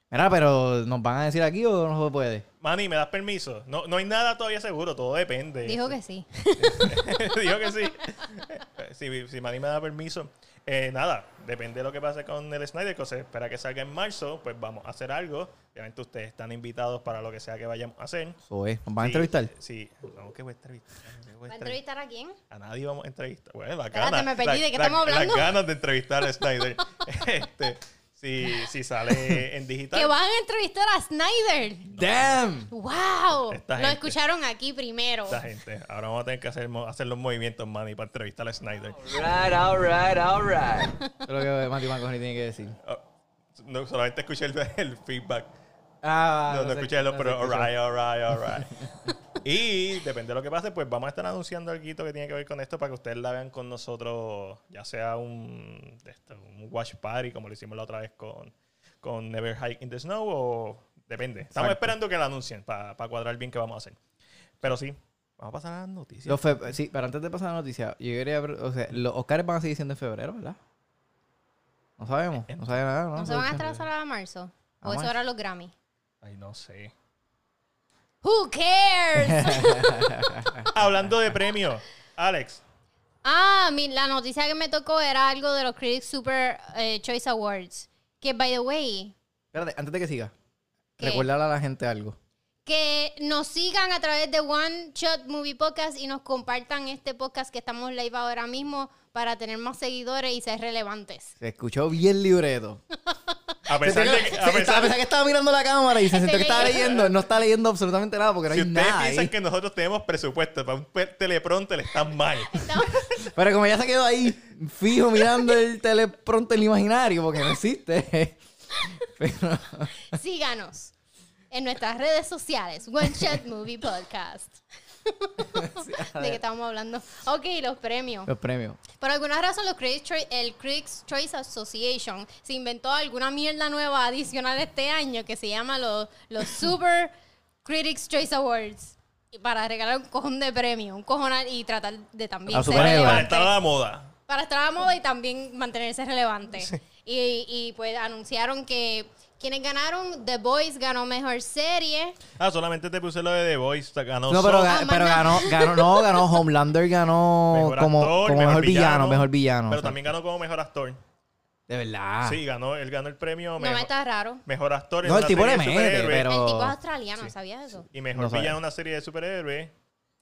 B: Mira, pero ¿nos van a decir aquí o no se puede?
C: Manny, ¿me das permiso? No, no hay nada todavía seguro, todo depende.
A: Dijo que sí.
C: Dijo que sí. Eh, Si, si Manny me da permiso. Eh, nada, depende de lo que pase con el Snyder, que se espera que salga en marzo, pues vamos a hacer algo. Obviamente ustedes están invitados para lo que sea que vayamos a hacer.
B: Eso es. ¿Nos van a
C: Sí,
B: entrevistar?
C: Sí, no, que voy a entrevistar. ¿Qué voy
A: ¿Va
C: a
A: a
C: entrevistar?
A: entrevistar a quién?
C: A nadie vamos a entrevistar. Bueno, la
A: Espérate,
C: gana.
A: me perdí,
C: la-
A: ¿de qué
C: la-
A: estamos hablando?
C: Las ganas de entrevistar a Snyder. este, si, si sale en digital.
A: Que van a entrevistar a Snyder.
B: ¡Damn!
A: ¡Wow!
C: Esta
A: Lo
C: gente.
A: escucharon aquí primero.
C: Esta gente. Ahora vamos a tener que hacer, mo- hacer los movimientos, Manny, para entrevistar a Snyder.
D: Alright, alright, alright.
B: Es lo que eh, Mati Manconi tiene que decir.
C: Oh, no, solamente escuché el, el feedback.
B: Ah,
C: No, no
B: sé-
C: escuché,
B: no
C: lo,
B: sé
C: pero
B: escuchar.
C: alright, alright, alright. y depende de lo que pase, pues vamos a estar anunciando algo que tiene que ver con esto para que ustedes la vean con nosotros, ya sea un, de esto, un watch party, como lo hicimos la otra vez con, con Never Hike in the Snow, o depende. Estamos
B: Exacto.
C: esperando que la anuncien para cuadrar bien qué vamos a hacer. Pero sí, vamos a pasar a las noticias.
B: Los fe- sí, pero antes de pasar a la noticia, yo quería ver- o sea, los Oscars van a seguir siendo en febrero, ¿verdad? No sabemos, no sabemos nada, ¿no?
A: ¿No se van a atrasar a marzo?
B: A
A: ¿O eso
B: marzo.
A: ahora los Grammy?
C: Ay, no sé.
A: ¿Who cares?
C: Hablando de premios, Alex,
A: ah, mi- la noticia que me tocó era algo de los Critics Super eh, Choice Awards. Que, by the way,
B: Espérate, antes de que siga,
A: ¿Qué?
B: recuérdale a la gente algo.
A: que nos sigan a través de One Shot Movie Podcast y nos compartan este podcast que estamos live ahora mismo para tener más seguidores y ser relevantes.
B: Se escuchó bien libreto.
C: a
B: Se
C: pesar de
B: tenía-
C: que...
B: se-
C: A
B: se- a
C: pesar
B: pesar que estaba mirando la cámara y se sintió que estaba
A: leyendo.
B: leyendo, no está leyendo absolutamente nada porque no
C: si
B: hay
C: ustedes
B: nada ahí.
C: piensan que nosotros tenemos presupuesto para un pe- teleprompter, están mal.
B: Pero como ya se quedó ahí fijo mirando el teleprompter imaginario porque no existe. Pero,
A: Síganos en nuestras redes sociales, One Shot Movie Podcast. ¿De qué estamos hablando? Ok, los premios.
B: los premios.
A: Por alguna razón, los Critics Choi- el Critics Choice Association se inventó alguna mierda nueva adicional este año que se llama los, los Super Critics Choice Awards. Y Para regalar un cojón de premio, un cojonal y tratar de también
B: A
A: ser
B: superhéroes.
C: Para
A: relevante.
C: estar a la moda.
A: Para estar a la moda y también mantenerse relevante. Y, y, pues anunciaron que quienes ganaron, The Boys ganó mejor serie.
C: Ah, solamente te puse lo de The Voice. o sea, Ganó
B: No, pero,
C: Soul,
B: ga-
A: Ah,
B: pero
A: maná.
B: ganó, ganó, no, ganó Homelander, ganó
C: mejor
B: como,
C: actor,
B: como mejor villano, mejor villano.
C: Pero
B: o sea,
C: también ganó como mejor actor.
B: De verdad.
C: Sí, ganó, él ganó el premio
A: No me
C: mejor,
A: está raro.
C: mejor actor en
B: No, el
C: una
B: tipo
C: serie
B: le
C: de
B: mete,
C: superhéroes
B: pero-
A: El tipo es australiano, ¿sabías eso?
C: y mejor
B: No sabe.
C: villano en una serie de superhéroes.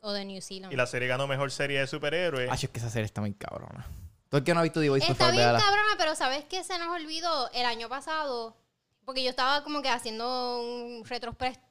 A: O de New Zealand.
C: Y la serie ganó mejor serie de superhéroes.
B: Ah, es que esa serie está muy cabrona. Todo el que no ha visto The Voice, por
A: Está
B: favor,
A: bien
B: véala.
A: cabrona, pero ¿sabes qué se nos olvidó el año pasado? Porque yo estaba como que haciendo un retrospect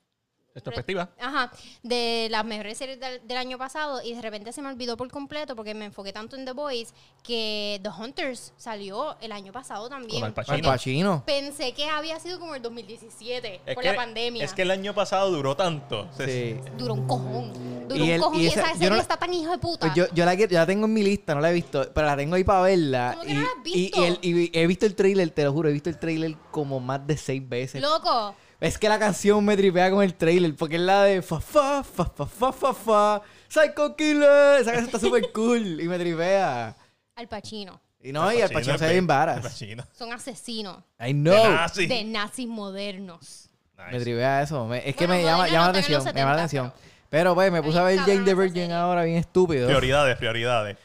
C: Retrospectiva.
A: ajá, de las mejores series del, del año pasado y de repente se me olvidó por completo porque me enfoqué tanto en The Boys que The Hunters salió el año pasado también.
C: Con Al Pacino.
B: Al Pacino.
A: Pensé que había sido como el 2017
C: Es
A: por
C: que-
A: la pandemia.
C: Es que el año pasado duró tanto. O sea,
B: Sí.
A: Duró un cojón. Duró
B: Y
A: un
B: el-
A: cojón
B: y
A: y
B: esa-
A: esa,
B: yo
A: serie
B: no-
A: está tan hijo de puta.
B: Pues yo, yo la, quiero- yo la tengo en mi lista, no la he visto, pero la tengo ahí para verla.
A: ¿Cómo que
B: Y,
A: no la has
B: y-
A: visto?
B: y el- y vi- he visto el trailer, te lo juro, he visto el trailer como más de seis veces.
A: Loco.
B: Es que la canción me tripea con el trailer, porque es la de fa fa fa fa fa fa fa Psycho Killer. Esa canción está súper cool y me tripea.
A: Al Pacino.
B: Y no, y el Pachino se ve bien varas.
C: Pachino.
A: Son asesinos
B: I
C: No.
B: know.
C: De nazi.
A: de nazis modernos.
B: Me
C: Ah, Nice.
B: tripea eso. me- es que
A: Bueno,
B: me llama,
A: moderno
B: llama la
A: no, está en
B: atención.
A: los
B: me llama la
A: 70,
B: atención. Pero, pues, me puse a ver
A: está
B: Jane the
A: cabrón esa
B: Virgin
A: serie.
B: ahora bien estúpido.
C: Prioridades, prioridades.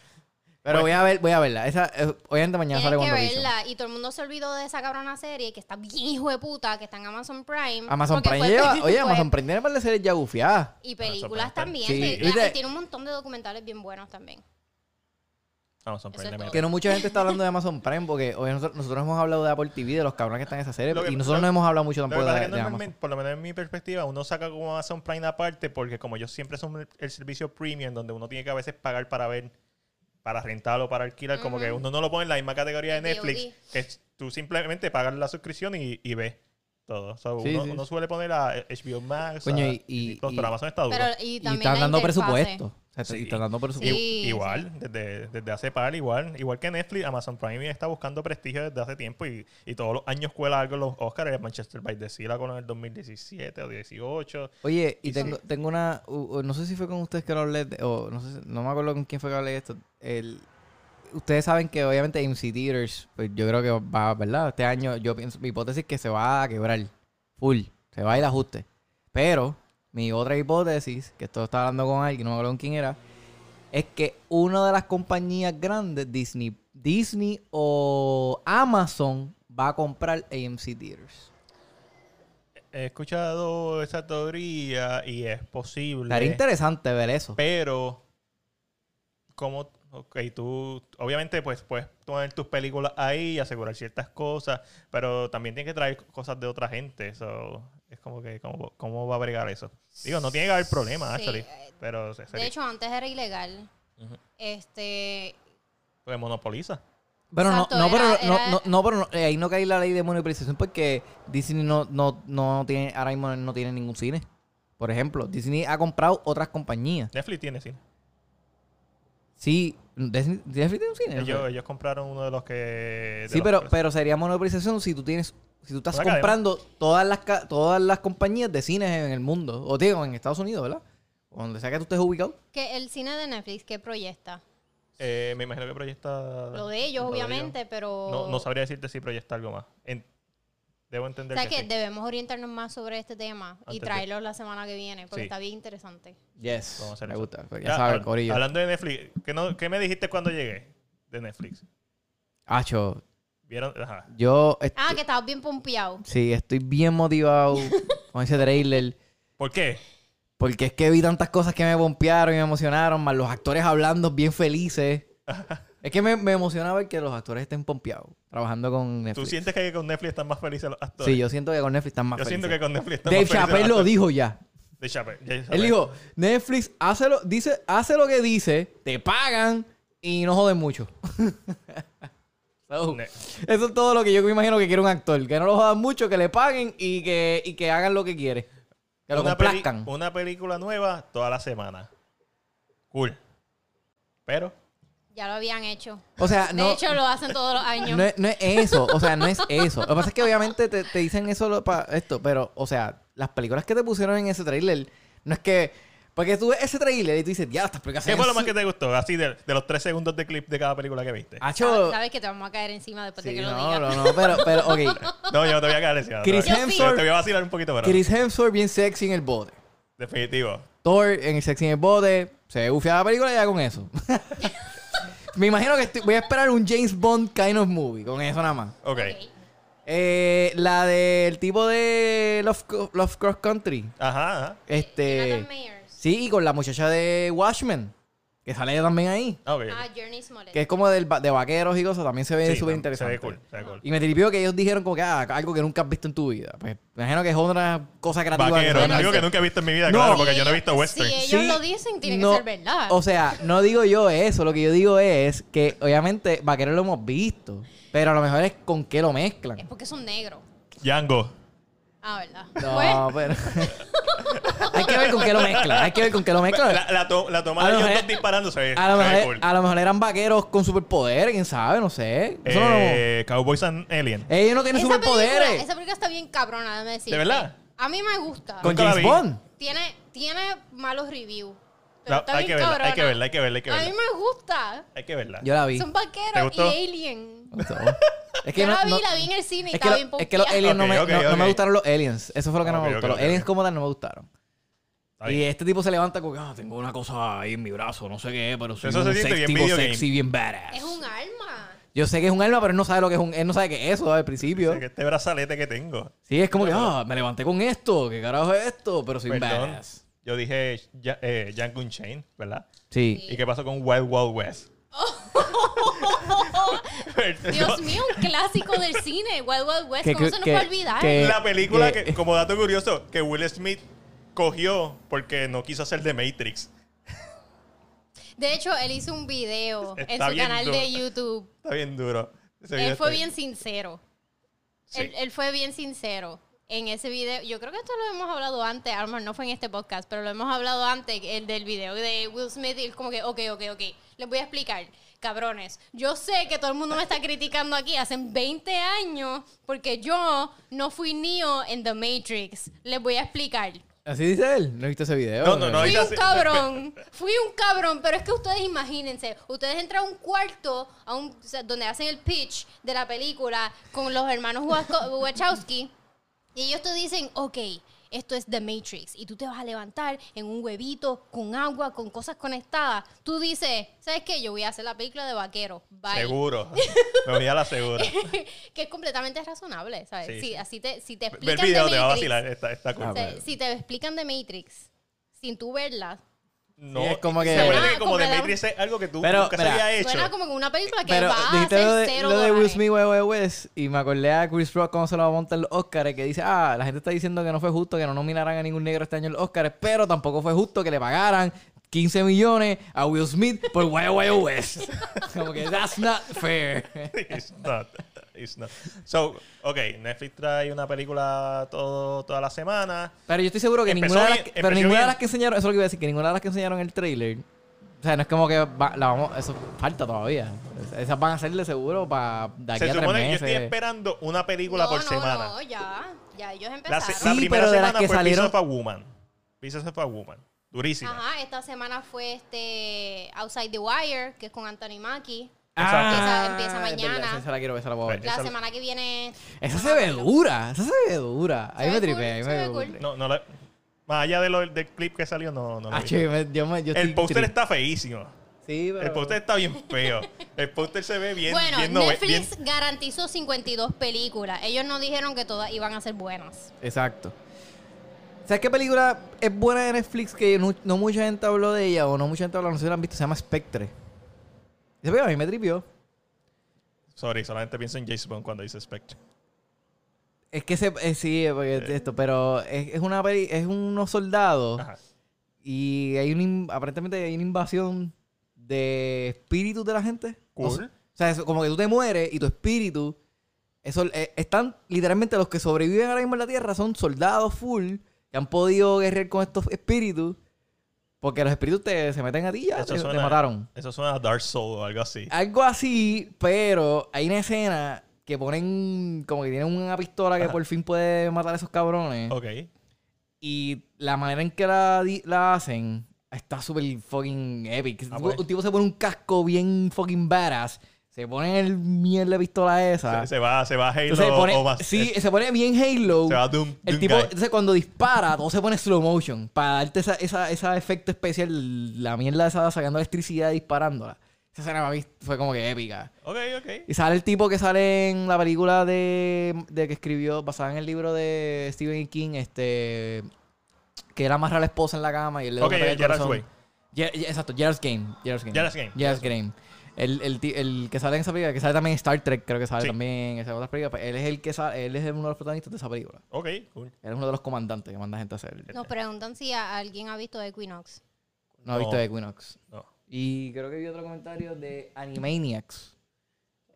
B: Pero voy a ver, voy a verla. Esa, eh, hoy en la mañana sale
A: Tienes que
B: cuando
A: verla. Y todo el mundo se olvidó de esa cabrona serie que está bien hijo de puta, que está en Amazon Prime.
B: Amazon
A: Porque
B: Prime
A: fue-
B: lleva, oye,
A: fue-
B: Amazon Prime tiene para de series ya bufiadas.
A: Y
C: Amazon
A: películas
C: Prime
A: también.
B: Sí,
A: que-
B: ¿viste?
A: y tiene un montón de documentales bien buenos también.
C: Amazon
A: Eso es
C: Prime le
A: todo.
C: mete.
B: Que no mucha gente está hablando de Amazon Prime porque hoy nosotros, nosotros hemos hablado de Apple TV, de los cabrones que están en esa serie.
C: Lo que-
B: y nosotros
C: lo-
B: no hemos hablado mucho
C: Lo que
B: tampoco
C: pasa es
B: de,
C: que
B: de Amazon.
C: normalmente, por lo menos en mi perspectiva, uno saca como Amazon Prime aparte porque como ellos siempre son el- el servicio premium donde uno tiene que a veces pagar para ver, para rentarlo, para alquilar, como que uno no lo pone en la misma categoría de
A: El VOD.
C: Netflix, que es- tú simplemente pagas la suscripción y, y ves todo. O sea,
B: Sí,
C: uno,
B: sí.
C: uno suele poner a HBO Max,
B: Coño,
C: a
B: y- y-
C: Disney Plus,
B: y-
C: pero Amazon está duro.
A: Pero, y
B: Y
A: también
B: están
A: la
B: dando
A: interfaz.
B: presupuesto. O sea,
C: Sí.
B: están dando presupuesto.
C: I-
A: Sí,
C: igual, desde, desde hace par, igual, igual que Netflix, Amazon Prime está buscando prestigio desde hace tiempo y, y todos los años cuela algo en los Oscars, el Manchester by the Sea la con el 2017 o 18.
B: Oye, y
C: Sí.
B: tengo, tengo una. u- u- no sé si fue con ustedes que lo hablé, de- o no, sé, si- no me acuerdo con quién fue que hablé de esto. El, ustedes saben que obviamente AMC Theaters, pues yo creo que va, ¿verdad? Este año, yo pienso, mi hipótesis es que se va a quebrar. Full. Se va a ir a ajuste. Pero, mi otra hipótesis, que esto estaba hablando con alguien, no me acuerdo con quién era, es que una de las compañías grandes, Disney, Disney o Amazon, va a comprar AMC Theaters.
C: He escuchado esa teoría y es posible.
B: Estaría interesante ver eso.
C: Pero, como, ok, tú, obviamente, pues puedes poner tus películas ahí y asegurar ciertas cosas, pero también tienes que traer cosas de otra gente. Eso es como que, ¿cómo, cómo va a bregar eso? Digo, no tiene que haber problema,
A: Sí,
C: actually,
A: eh,
C: pero se-
A: De
C: sería-
A: hecho, antes era ilegal.
C: Ujú.
A: Este.
C: porque monopoliza.
B: Pero no,
A: Exacto,
B: no, pero,
A: era-
B: no,
A: era-
B: no, no, pero no, eh, ahí no cae la ley de monopolización porque Disney no, no, no tiene, ahora mismo no tiene ningún cine. Por ejemplo, Disney ha comprado otras compañías.
C: Netflix tiene cine.
B: Sí, Disney, Netflix tiene un cine. ¿no?
C: Ellos, ellos compraron uno de los que. de
B: sí,
C: los-
B: pero, pero sería monopolización si tú tienes, si tú estás
C: Una cadena.
B: comprando todas las ca- todas las compañías de cines en el mundo. O digo, en Estados Unidos, ¿verdad? O donde sea que tú estés ubicado.
A: Que el cine de Netflix, ¿qué proyecta?
C: eh, me imagino que proyecta.
A: Lo de ellos,
C: lo de ellos.
A: obviamente, pero.
C: No, no sabría decirte si proyecta algo más. En- debo
A: O
C: entender
A: sea
C: que.
A: que
C: sí.
A: debemos orientarnos más sobre este tema y
C: Antes de-
A: traerlo la semana que viene, porque
C: Sí.
A: está bien interesante.
B: Yes.
C: Vamos a hacer
B: Me
C: eso.
B: gusta. pues ya
C: Ya,
B: saben,
C: hab-
B: Corillo.
C: Hablando de Netflix, ¿qué, no- qué me dijiste cuando llegué de Netflix?
B: Acho,
C: ¿Vieron? Ajá.
B: yo est-
A: Ah, que estabas bien pompeado.
B: sí, estoy bien motivado con ese trailer.
C: ¿Por qué?
B: Porque es que vi tantas cosas que me bompearon y me emocionaron, más los actores hablando bien felices. es que me, me emocionaba el que los actores estén pompeados trabajando con
C: ¿Tú
B: Netflix.
C: sientes que con Netflix están más felices los actores?
B: Sí, yo siento que con Netflix están más
C: Yo siento que
B: felices.
C: con Netflix están
B: Dave
C: más felices.
B: Chappelle
C: los
B: lo
C: actores.
B: dijo ya.
C: Dave Chappelle. Dave
B: Él
C: Chappelle.
B: dijo, Netflix, hace lo, dice, hace lo que dice, te pagan y no joden mucho. So,
C: Oh, Ne-
B: eso es todo lo "Oh, que yo me imagino que quiere un actor. Que no lo jodan mucho, que le paguen y que, y que hagan lo que quiere. Que lo
C: una, peli-
B: complazcan.
C: una película nueva toda la semana. Cool. Pero,
A: Ya lo habían hecho.
B: O sea,
A: De
B: no...
A: hecho, lo hacen todos los años. Ah,
B: No es, no es eso, o sea, no es eso. Lo que pasa es que obviamente te, te dicen eso para esto, pero, o sea, las películas que te pusieron en ese tráiler, no es que... Porque tú ves ese tráiler y tú dices, ya, estas películas...
C: ¿qué fue lo más que te gustó? Así de, de los tres segundos de clip de cada película que viste.
A: Sabes,
B: Hacho...
A: sabes que te vamos a caer encima después de
B: Sí,
A: Ah, que lo
B: no,
A: digas.
B: no, no, pero, pero, ok.
C: No, yo no te voy a quedar encima.
B: Chris
C: Te voy a-
B: Hemsworth-
C: Te voy a vacilar un poquito, pero.
B: Chris Hemsworth bien sexy en el bote.
C: Definitivo.
B: Thor en sexy en el bote. Se ve bufiada la película ya con eso. Me imagino que estoy- voy a esperar un James Bond kind of movie con eso nada más.
C: Ok.
A: Ok.
B: Eh, la del tipo de Love, Co- Love Cross Country.
C: Ajá, ajá.
B: Este...
A: Jonathan Mayers.
B: Sí, y con la muchacha de Watchmen, que sale ella también ahí.
C: Ah, ok.
A: Ah, Journey Smollett.
B: Que es como del va- de vaqueros y cosas, también se ve
C: Sí,
B: súper
C: Se
B: interesante.
C: ve cool. Se ve cool.
B: Y me tripió que ellos dijeron como que ah, algo que nunca has visto en tu vida. Pues me imagino que es otra cosa creativa.
C: Vaquero,
B: se van a
C: algo que
B: hacer.
C: nunca he visto en mi vida,
B: No.
C: claro, porque yo no he
A: Sí,
C: visto western.
A: sí, eh.
C: Sí,
A: Ellos lo dicen, tiene que ser verdad.
B: O sea, no digo yo eso, lo que yo digo es que obviamente vaqueros lo hemos visto, pero a lo mejor es con qué lo
A: Es
B: mezclan.
A: porque son negros.
C: Django.
A: Ah, ¿verdad? Bueno,
B: No, pero... hay que ver con qué lo mezclan, hay que ver con qué lo mezclan.
C: La, la, to- la toma
B: A
C: de
B: lo
C: ellos
B: mejor-
C: dos disparando se ve,
B: A lo,
C: se ve
B: mejor, e- ah,
C: cool.
B: a lo mejor eran vaqueros con superpoderes, quién sabe, no sé. Eso no lo- Eh,
C: Eh, Cowboys and Alien.
B: Ellos no tienen
A: esa, película,
B: superpoderes.
A: esa película está bien cabrona, déjame decir.
C: ¿De verdad?
A: A mí me gusta.
B: Con
C: Nunca la
B: James
C: vi.
B: Bond.
A: Tiene, tiene malos reviews. pero
C: No,
A: está
C: hay que
A: bien
C: verla, hay
A: cabrona.
C: que verla, hay que verla, hay que
A: A mí
C: verla.
A: me gusta.
C: Hay que verla.
B: Yo la vi.
A: Son
C: ¿Te
A: vaqueros y
C: gustó?
A: alien.
B: Es
A: Yo
B: no-
A: la vi,
B: no-
A: la vi en el cine y
B: Es que,
A: estaba
B: lo-
A: bien
B: es que los
A: pompeada.
B: aliens no, me,
C: Ok,
B: no-
C: ok,
B: no me
C: ok.
B: gustaron los aliens. Eso fue lo que no
C: Ok,
B: me
C: ok,
B: gustó. los
C: ok,
B: aliens
C: ok.
B: como tal no me gustaron.
C: Está
B: Y
C: bien.
B: este tipo se levanta con que "Ah, tengo una cosa ahí en mi brazo, no sé qué, pero soy
C: Eso
B: un
C: se siente
B: sex-
C: bien
B: tipo
C: video
B: sexy, bien badass.
A: Es un arma.
B: Yo sé que es un alma, pero él no sabe lo que es un, él no sabe qué es eso al principio.
C: Dice que Este brazalete que tengo.
B: Sí, es como que, ah, me levanté con esto, qué carajo es esto, pero soy un
C: Perdón.
B: badass.
C: Yo dije ya, eh, Django Unchained, ¿verdad?
B: Sí.
C: ¿Y qué pasó con Wild Wild West?
A: Dios mío, un clásico del cine. Wild Wild West.
B: Que-
A: ¿Cómo se nos
B: que-
A: va a olvidar?
B: que-
C: La película,
B: Eh, que-
C: que, como dato curioso, que Will Smith cogió porque no quiso hacer de Matrix.
A: De hecho, él hizo un video
C: Está
A: en su
C: bien
A: canal
C: duro.
A: de YouTube.
C: Está bien duro. Ese video
A: Él Eh, fue
C: está-
A: bien sincero.
C: Sí.
A: Él, él fue bien sincero en ese video. Yo creo que esto lo hemos hablado antes, a lo mejor no fue en este podcast, pero lo hemos hablado antes, el del video de Will Smith. Y él como que, ok, ok, ok, les voy a explicar. Cabrones, yo sé que todo el mundo me está criticando aquí hace 20 años porque yo no fui Neo en The Matrix. Les voy a explicar.
B: Así dice él. No he visto ese video.
C: No, no, no.
A: Fui
C: Oiga,
A: un
C: sí.
A: cabrón, fui un cabrón, pero es que ustedes imagínense, ustedes entran a un cuarto a un, o sea, donde hacen el pitch de la película con los hermanos Wasko- Wachowski y ellos te dicen, ok, esto es The Matrix y tú te vas a levantar en un huevito con agua, con cosas conectadas. Tú dices, ¿sabes qué? Yo voy a hacer la película de vaquero. Bye.
C: Seguro. Me voy a la segura.
A: que es completamente razonable, ¿sabes?
C: Sí,
A: si,
C: sí.
A: Así te, si te
C: Ve
A: explican
C: el video,
A: The
C: te va a
A: Matrix,
C: vacilar. Está, está cool.
B: Ah,
A: o sea,
B: bueno.
A: si te explican The Matrix sin tú verla,
C: No,
B: Sí, es como que-
C: seguro
A: Suena
C: que como de
A: como la-
C: Matrix es algo que tú
B: Pero,
C: nunca se
B: mira,
C: había hecho.
A: Suena como que una película que
B: Pero
A: va a
B: dijiste
A: ser
B: lo de,
A: cero
B: lo de Will
A: dólares.
B: Smith, wey, wey, Wes, y me acordé a Chris Rock cómo se lo va a montar en los Oscars, que dice, ah, la gente está diciendo que no fue justo que no nominaran a ningún negro este año en los Oscars, pero tampoco fue justo que le pagaran 15 millones a Will Smith por Wild Wild West. Como que that's not fair.
C: It's not. It's not. So, ok, Netflix trae una película todo, toda la semana.
B: Pero yo estoy seguro que
C: Empezó
B: ninguna, de las,
C: bien,
B: que- pero
C: empezó
B: ninguna de
C: bien.
B: las que enseñaron, eso es lo que iba a decir, que ninguna de las que enseñaron en el trailer, o sea, no es como que va- la vamos, eso falta todavía. Esas van a ser de seguro para de aquí
C: Se
B: a tres
C: supone que yo
B: meses.
C: estoy esperando una película
A: no,
C: por
A: no,
C: semana.
A: No, ya, ya ellos
C: La,
A: empezaron.
C: se- la
B: Sí,
C: primera
B: pero de las
C: semana
B: que
C: fue
B: salieron-
C: Pieces of a Woman. Pieces of a Woman. Durísima.
A: Ajá, esta semana fue este Outside the Wire, que es con Anthony Mackie. Esa empieza
B: Ah. es verdad,
A: mañana.
B: Esa, esa la quiero ver, esa la voy a ver.
A: La
C: Esa-
A: semana que viene.
B: Esa
A: no
B: se
A: me
B: ve
A: acuerdo.
B: dura, esa se ve dura. Ahí
A: ve
B: me
A: cool,
B: tripé, ahí
A: se
B: me
A: ve
B: dura.
A: cool.
C: No, no la- más allá de lo- del clip que salió, no, no lo
B: Ah,
C: vi.
B: che, me- yo me- yo estoy
C: El póster
B: tri-
C: está feísimo.
B: Sí, pero...
C: El póster está bien feo. El póster se ve bien.
A: bueno,
C: bien nove-
A: Netflix
C: bien-
A: garantizó 52 películas. Ellos no dijeron que todas iban a ser buenas.
B: Exacto. ¿Sabes qué película es buena de Netflix que no, no mucha gente habló de ella o no mucha gente habló, no sé si la han visto? Se llama Spectre. Esa película a mí me tripió.
C: Sorry, solamente pienso en Jason Bond cuando dice Spectre.
B: Es que se, eh, sí, porque esto, pero es, es una peli- es unos soldados
C: Ajá.
B: y hay un in- aparentemente hay una invasión de espíritus de la gente. No sé.
C: Cool.
B: O sea, es como que tú te mueres y tu espíritu. Eso, eh, están literalmente los que sobreviven ahora mismo en la tierra son soldados full que han podido guerrear con estos espíritus. Porque los espíritus te, se meten a ti y ya,
C: Eso
B: te, te
C: suena-
B: mataron.
C: Eso suena a Dark Soul o algo así.
B: Algo así, pero hay una escena que ponen como que tienen una pistola que
C: Ajá.
B: por fin puede matar a esos cabrones.
C: Ok.
B: Y la manera en que la, di- la hacen está súper fucking epic.
C: Ah, pues.
B: Un tipo se pone un casco bien fucking badass. Se pone el mierda de pistola esa.
C: Se, se va, se va Halo
B: Ah. Entonces se pone,
C: o más. eh,
B: sí, se pone bien Halo.
C: Se va Doom-
B: el
C: Doom
B: tipo,
C: Guy.
B: entonces cuando dispara, todo se pone slow motion para darte esa, esa, esa efecto especial, la mierda esa sacando electricidad y disparándola. Esa escena para mí fue como que épica.
C: Ok, ok.
B: Y sale el tipo que sale en la película de, de que escribió, basada en el libro de Stephen King, este que él amarra a la esposa en la cama y él le da
C: Ok,
B: una patada en el
C: Gerard's
B: corazón.
C: Way.
B: Ger- Ger- exacto, Gerard's Game. Gerard's Game.
C: Gerard's Game.
B: Gerard's Game. El, el, ti- el que sale en esa película, que sale también en Star Trek, creo que sale
C: Sí.
B: también en esas otras películas. pues él es el que sale, él es el- uno de los protagonistas de esa película.
C: Ok, cool.
B: Él es uno de los comandantes que manda gente a hacer.
A: Nos preguntan si a- alguien ha visto Equinox.
B: No ha visto
C: No.
B: Equinox.
C: No.
B: Y creo que vi otro comentario de Animaniacs.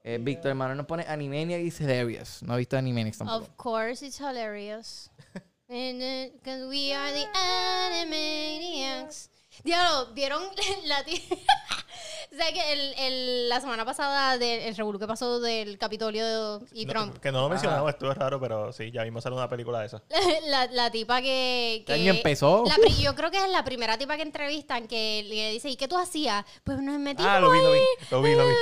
B: Eh, Víctor, hermano, nos pone Animaniacs is hilarious. No ha visto Animaniacs tampoco.
A: Of course, it's hilarious. Because we are the animaniacs. Diablo, ¿vieron la, ti- O sea que el, el- la semana pasada del el revolú que pasó del Capitolio y
C: No,
A: Trump,
C: que no lo
B: Ajá.
C: mencionamos, estuvo raro, pero sí, ya mismo sale una película de esa.
A: la, la tipa que... que
B: Este año empezó.
A: la pri- yo creo que es la primera tipa que entrevistan que le dice, ¿y qué tú hacías? Pues nos metimos
C: Ah, lo vi, lo vi,
A: ahí".
C: lo vi, lo vi.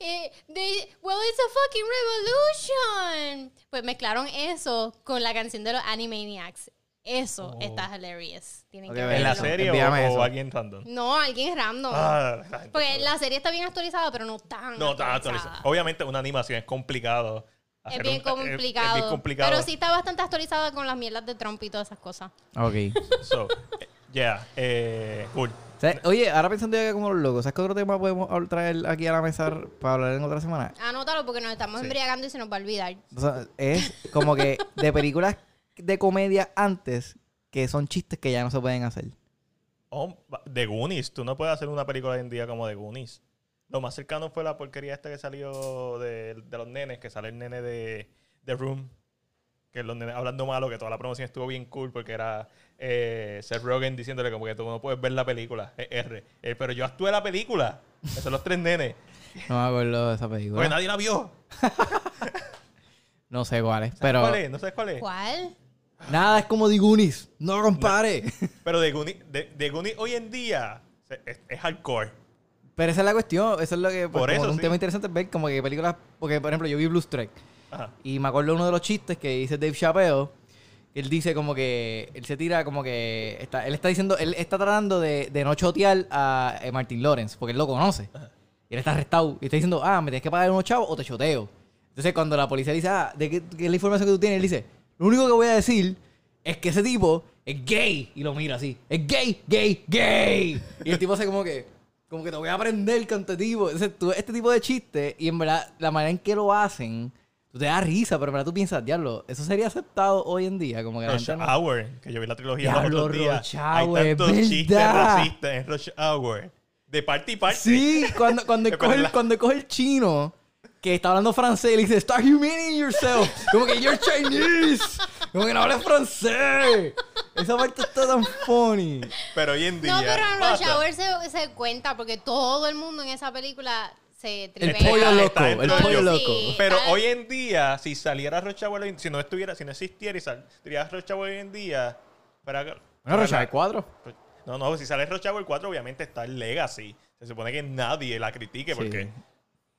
A: Eh, they- well, it's a fucking revolution. Pues mezclaron eso con la canción de los Animaniacs. Eso
C: Oh.
A: está hilarious. Tienen
B: Ok,
A: que
B: ve
C: ¿En
A: verlo.
C: la
B: Envíame
C: serie o,
B: eso.
C: o alguien random?
A: No, alguien random.
C: Ah, la gente-
A: Porque la serie está bien actualizada, pero no tan.
C: no, está actualizado. Obviamente una animación es complicado.
A: Es
C: hacer
A: bien
C: un- es-
A: complicado.
C: Es bien complicado.
A: Pero sí está bastante actualizada con las mierdas de Trump y todas esas cosas.
B: Ok.
C: So, eh, yeah, eh, cool.
B: O sea, Oye, ahora pensando ya como los locos, ¿sabes qué otro tema podemos habl- traer aquí a la mesa para hablar en otra semana?
A: Anótalo porque nos estamos
C: Sí.
A: embriagando y se nos va a olvidar.
B: O sea, es como que de películas de comedia antes que son chistes que ya no se pueden hacer.
C: Oh, de Goonies. Tú no puedes hacer una película hoy en día como de Goonies. Lo más cercano fue la porquería esta que salió de, de los nenes, que sale el nene de, de Room. Que los nenes hablando malo, que toda la promoción estuvo bien cool porque era eh, Seth Rogen diciéndole como que tú no puedes ver la película. eh, R. Eh, pero yo actué la película. Esos son los tres nenes.
B: No me acuerdo de esa película.
C: Porque nadie la vio.
B: No sé cuál es, pero
C: ¿Cuál es? ¿No sabes cuál es?
A: ¿Cuál?
B: nada es como The Goonies. No compare.
C: Pero de Goonies, de, de Goonies hoy en día se- es, es hardcore.
B: Pero esa es la cuestión, eso es lo que pues,
C: Por
B: como
C: eso,
B: un
C: sí.
B: tema interesante es ver como que películas, porque por ejemplo yo vi Blue Streak.
C: Ajá.
B: Y me acuerdo uno de los chistes que dice Dave Chappelle. que Él dice como que. Él se tira como que. Está, él está diciendo. Él está tratando de, de no chotear a eh, Martin Lawrence. Porque él lo conoce. Y él está arrestado. Y está diciendo, ah, me tienes que pagar unos chavos o te choteo. Entonces cuando la policía dice, ah, ¿de qué, qué es la información que tú tienes? Él dice, lo único que voy a decir es que ese tipo es gay. Y lo mira así. Es gay, gay, gay. Y el tipo hace como que. Como que te voy a aprender con este tipo. Entonces, tú, ves este tipo de chiste, y en verdad, la manera en que lo hacen, tú te das risa, pero en verdad tú piensas, diablo, eso sería aceptado hoy en día. Como que la
C: Rush
B: gente no-
C: Hour, que yo vi la trilogía
B: Diablo,
C: los otros días.
B: Rush
C: Hay
B: Hour,
C: tantos
B: es
C: chistes
B: verdad.
C: racistas en Rush Hour. De parte y parte.
B: Sí, cuando, cuando,
C: Es
B: coge el,
C: verdad.
B: cuando coge el chino que está hablando francés y le dice, Start humiliating yourself. Como que you're Chinese. Como que no hables francés. Esa parte está tan funny.
C: Pero hoy en día.
A: No, pero en Rush
C: basta.
A: Hour se, se cuenta porque todo el mundo en esa película se
B: El
A: tripea.
B: pollo loco,
C: está dentro
B: el
C: de
B: pollo
C: ellos.
B: loco.
A: Sí.
C: Pero
A: Está-
C: hoy en día, si saliera Rush Hour, hoy- si no estuviera, si no existiera y saliera Rush Hour hoy en día. Para,
B: Bueno,
C: para-
B: Rocha, de cuatro.
C: Pues, No, no, si sale Rush Hour 4, obviamente está el Legacy. Se supone que nadie la critique porque,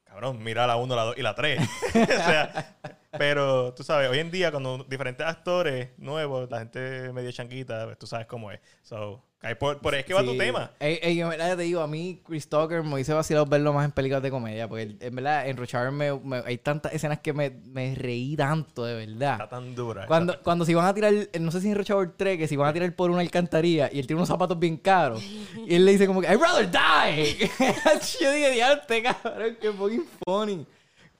C: cabrón, mira la 1, la 2 y la 3. o sea, pero tú sabes, hoy en día, cuando diferentes actores nuevos, la gente medio changuita, pues, tú sabes cómo es. So, cae por, por ahí es que va tu
B: Sí.
C: tema.
B: Ey, ey, en verdad te digo, a mí Chris Tucker me hice vacilado verlo más en películas de comedia. Porque en verdad, en Rush Hour me- me- hay tantas escenas que me, me reí tanto, de verdad.
C: Está tan dura.
B: Cuando, cuando se iban a tirar, no sé si en Rush Hour 3, que se iban a tirar por una alcantarilla y él tiene unos zapatos bien caros. Y él le dice como que, I'd rather die. Yo dije, diarte, cabrón, que fucking funny.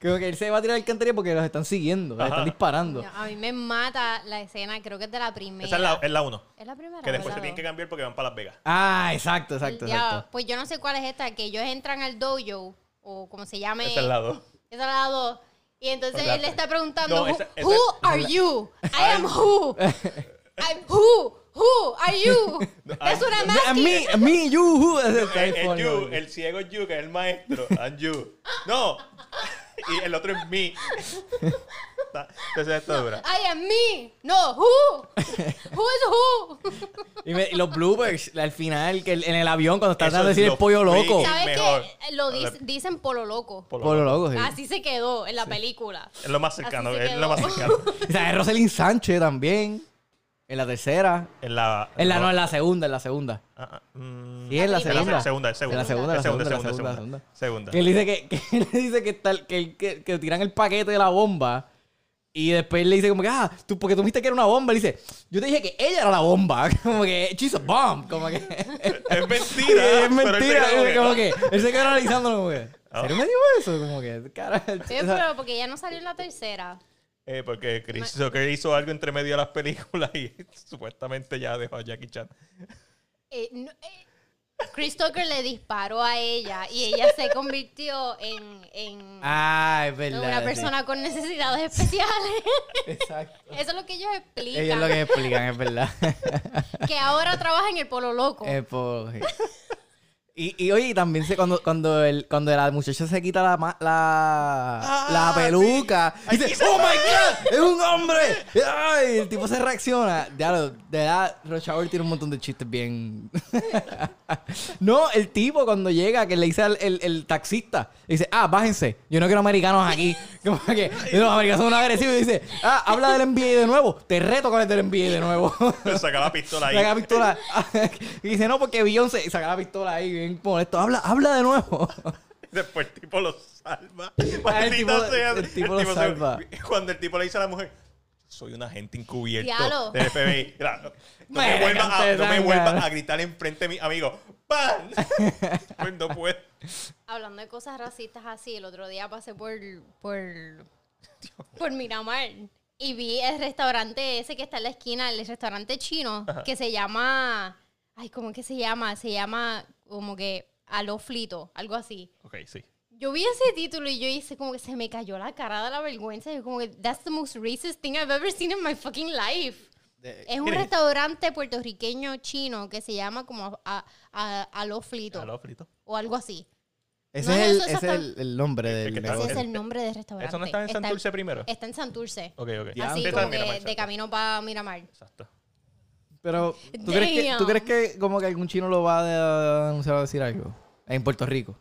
B: Como que él se va a tirar a la alcantarilla porque los están siguiendo, le
C: Ajá.
B: están disparando.
A: No, a mí me mata la escena, creo que es de la primera.
C: Esa es la, es la 1.
A: ¿Es la primera.
C: Que
A: o
C: después se
A: la
C: tienen que
A: dos?
C: cambiar porque van para Las Vegas.
B: Ah, exacto, exacto,
A: Ya,
B: exacto.
A: Pues yo no sé cuál es esta, que ellos entran al dojo, o como se llame.
C: Esa es la 2.
A: Esa es la dos. Y entonces
C: Exacto.
A: él le está preguntando,
C: No,
A: "Who-
C: esa- esa
A: who
C: es-
A: are you? I am who. I'm who. Who are you? That's what I'm
B: A
A: asking.
B: mí, a mí, you, who. Está
C: El, el
B: funny,
C: you,
B: boludo.
C: el ciego es you, que es el maestro. And you. No. y el otro es me. Está- Entonces está dura.
A: I am me. No, who. who is who.
B: Y, me- y los bloopers al final, que el- en el avión, cuando está
C: Eso
B: tratando de
C: es
B: decir
C: lo
B: el pollo loco.
C: freaky.
A: ¿Sabes
C: mejor.
A: qué? Lo dic- dicen polo loco.
C: Por lo
B: Pollo
C: menos.
B: loco, sí.
A: Así se quedó en la película.
C: Es lo más cercano,
A: Así se
C: es lo más
A: quedó.
C: cercano.
B: O sea, es Rosalind Sánchez también. En la tercera.
C: En la.
B: En la, no, en la segunda, en la segunda.
C: Ah, ah, mm.
B: Sí, en la
A: La
C: En
B: segunda.
C: la se- segunda,
B: En
C: segunda.
B: la segunda, en la
C: En
B: segunda,
C: segunda,
B: en la
C: segunda,
B: segunda, segunda.
C: segunda. Segunda.
B: Que él dice que, que, él dice que, tal- que, él- que- que tiran el paquete de la bomba. Y después le dice como que, ah, tú, porque tú viste que era una bomba. Él dice, yo te dije que ella era la bomba. Como que, she's a bomb. Como que...
C: Es
B: Sí, es
C: mentira. pero él se
B: mentira.
C: queda como que-
B: Como que, él se quedó analizándolo como que... ¿En serio me dijo eso? Como que, cara...
A: Sí,
B: o sea,
A: pero porque ya no salió en la tercera.
C: Eh, porque Chris Tucker hizo algo entre medio de las películas y supuestamente ya dejó a Jackie Chan.
A: Eh, no, eh, Chris Tucker le disparó a ella y ella se convirtió en, en
B: Ah, es
A: en
B: verdad.
A: una
B: sí.
A: persona con necesidades especiales.
B: Exacto.
A: Eso es lo que ellos explican.
B: Ellos lo que explican, es verdad.
A: que ahora trabaja en el polo loco.
B: Es por- Y, y oye, y también se, cuando, cuando, el, cuando la muchacha se quita la, ma- la, la
C: Ah,
B: peluca,
C: sí.
B: y
C: Aquí
B: dice,
C: se
B: ¡Oh
C: ve".
B: my God! ¡Es un hombre! Ay, el tipo se reacciona. Ya lo- de verdad, Rochauer tiene un montón de chistes bien... no, el tipo cuando llega, que le dice al el, el taxista, le dice, ah, bájense, yo no quiero americanos aquí. Como que los americanos son agresivos. Y dice, ah, habla del NBA de nuevo, te reto con el del NBA de nuevo.
C: Saca la pistola ahí.
B: Saca la pistola. y dice, no, porque Beyoncé. Y saca la pistola ahí, bien molesto. Habla, habla de nuevo.
C: Después el tipo lo salva.
B: Ah, el tipo-
C: Maldita sea.
B: el tipo lo
C: se-
B: salva.
C: cuando el tipo le dice a la mujer, soy un agente encubierto
A: Diablo.
C: del FBI. Mira, no- No
B: Mira,
C: me, vuelvas a, no me
B: cantezanga.
C: vuelvas a gritar enfrente de mi amigo. ¡Pan! Pues no puedo.
A: Hablando de cosas racistas así, el otro día pasé por por, por Miramar y vi el restaurante ese que está en la esquina, el restaurante chino, que se llama, ay, ¿cómo que se llama? Se llama como que aló flito, algo así.
C: Ok, sí.
A: Yo vi ese título y yo hice como que se me cayó la cara de la vergüenza. Yo como que, that's the most racist thing I've ever seen in my fucking life. Es un
C: mire.
A: restaurante puertorriqueño chino que se llama como a, a- aló flito
C: Aló, Frito.
A: o algo así.
B: Ese
A: No, no,
B: es, el,
A: eso- eso
B: ese es
A: está-
B: el, el nombre del
C: que está-
A: Ese
B: negocio.
A: es el nombre del restaurante.
C: Eso no está en Santurce primero.
A: Está en Santurce.
C: Ok, ok.
B: Ya,
A: Así
C: Está en
A: como
C: Miramar,
A: que de
C: exacto.
A: camino para Miramar.
C: Exacto.
B: Pero, ¿tú crees, que, ¿tú crees
A: Damn.
B: que como que algún chino lo va a anunciar a decir algo? En Puerto Rico.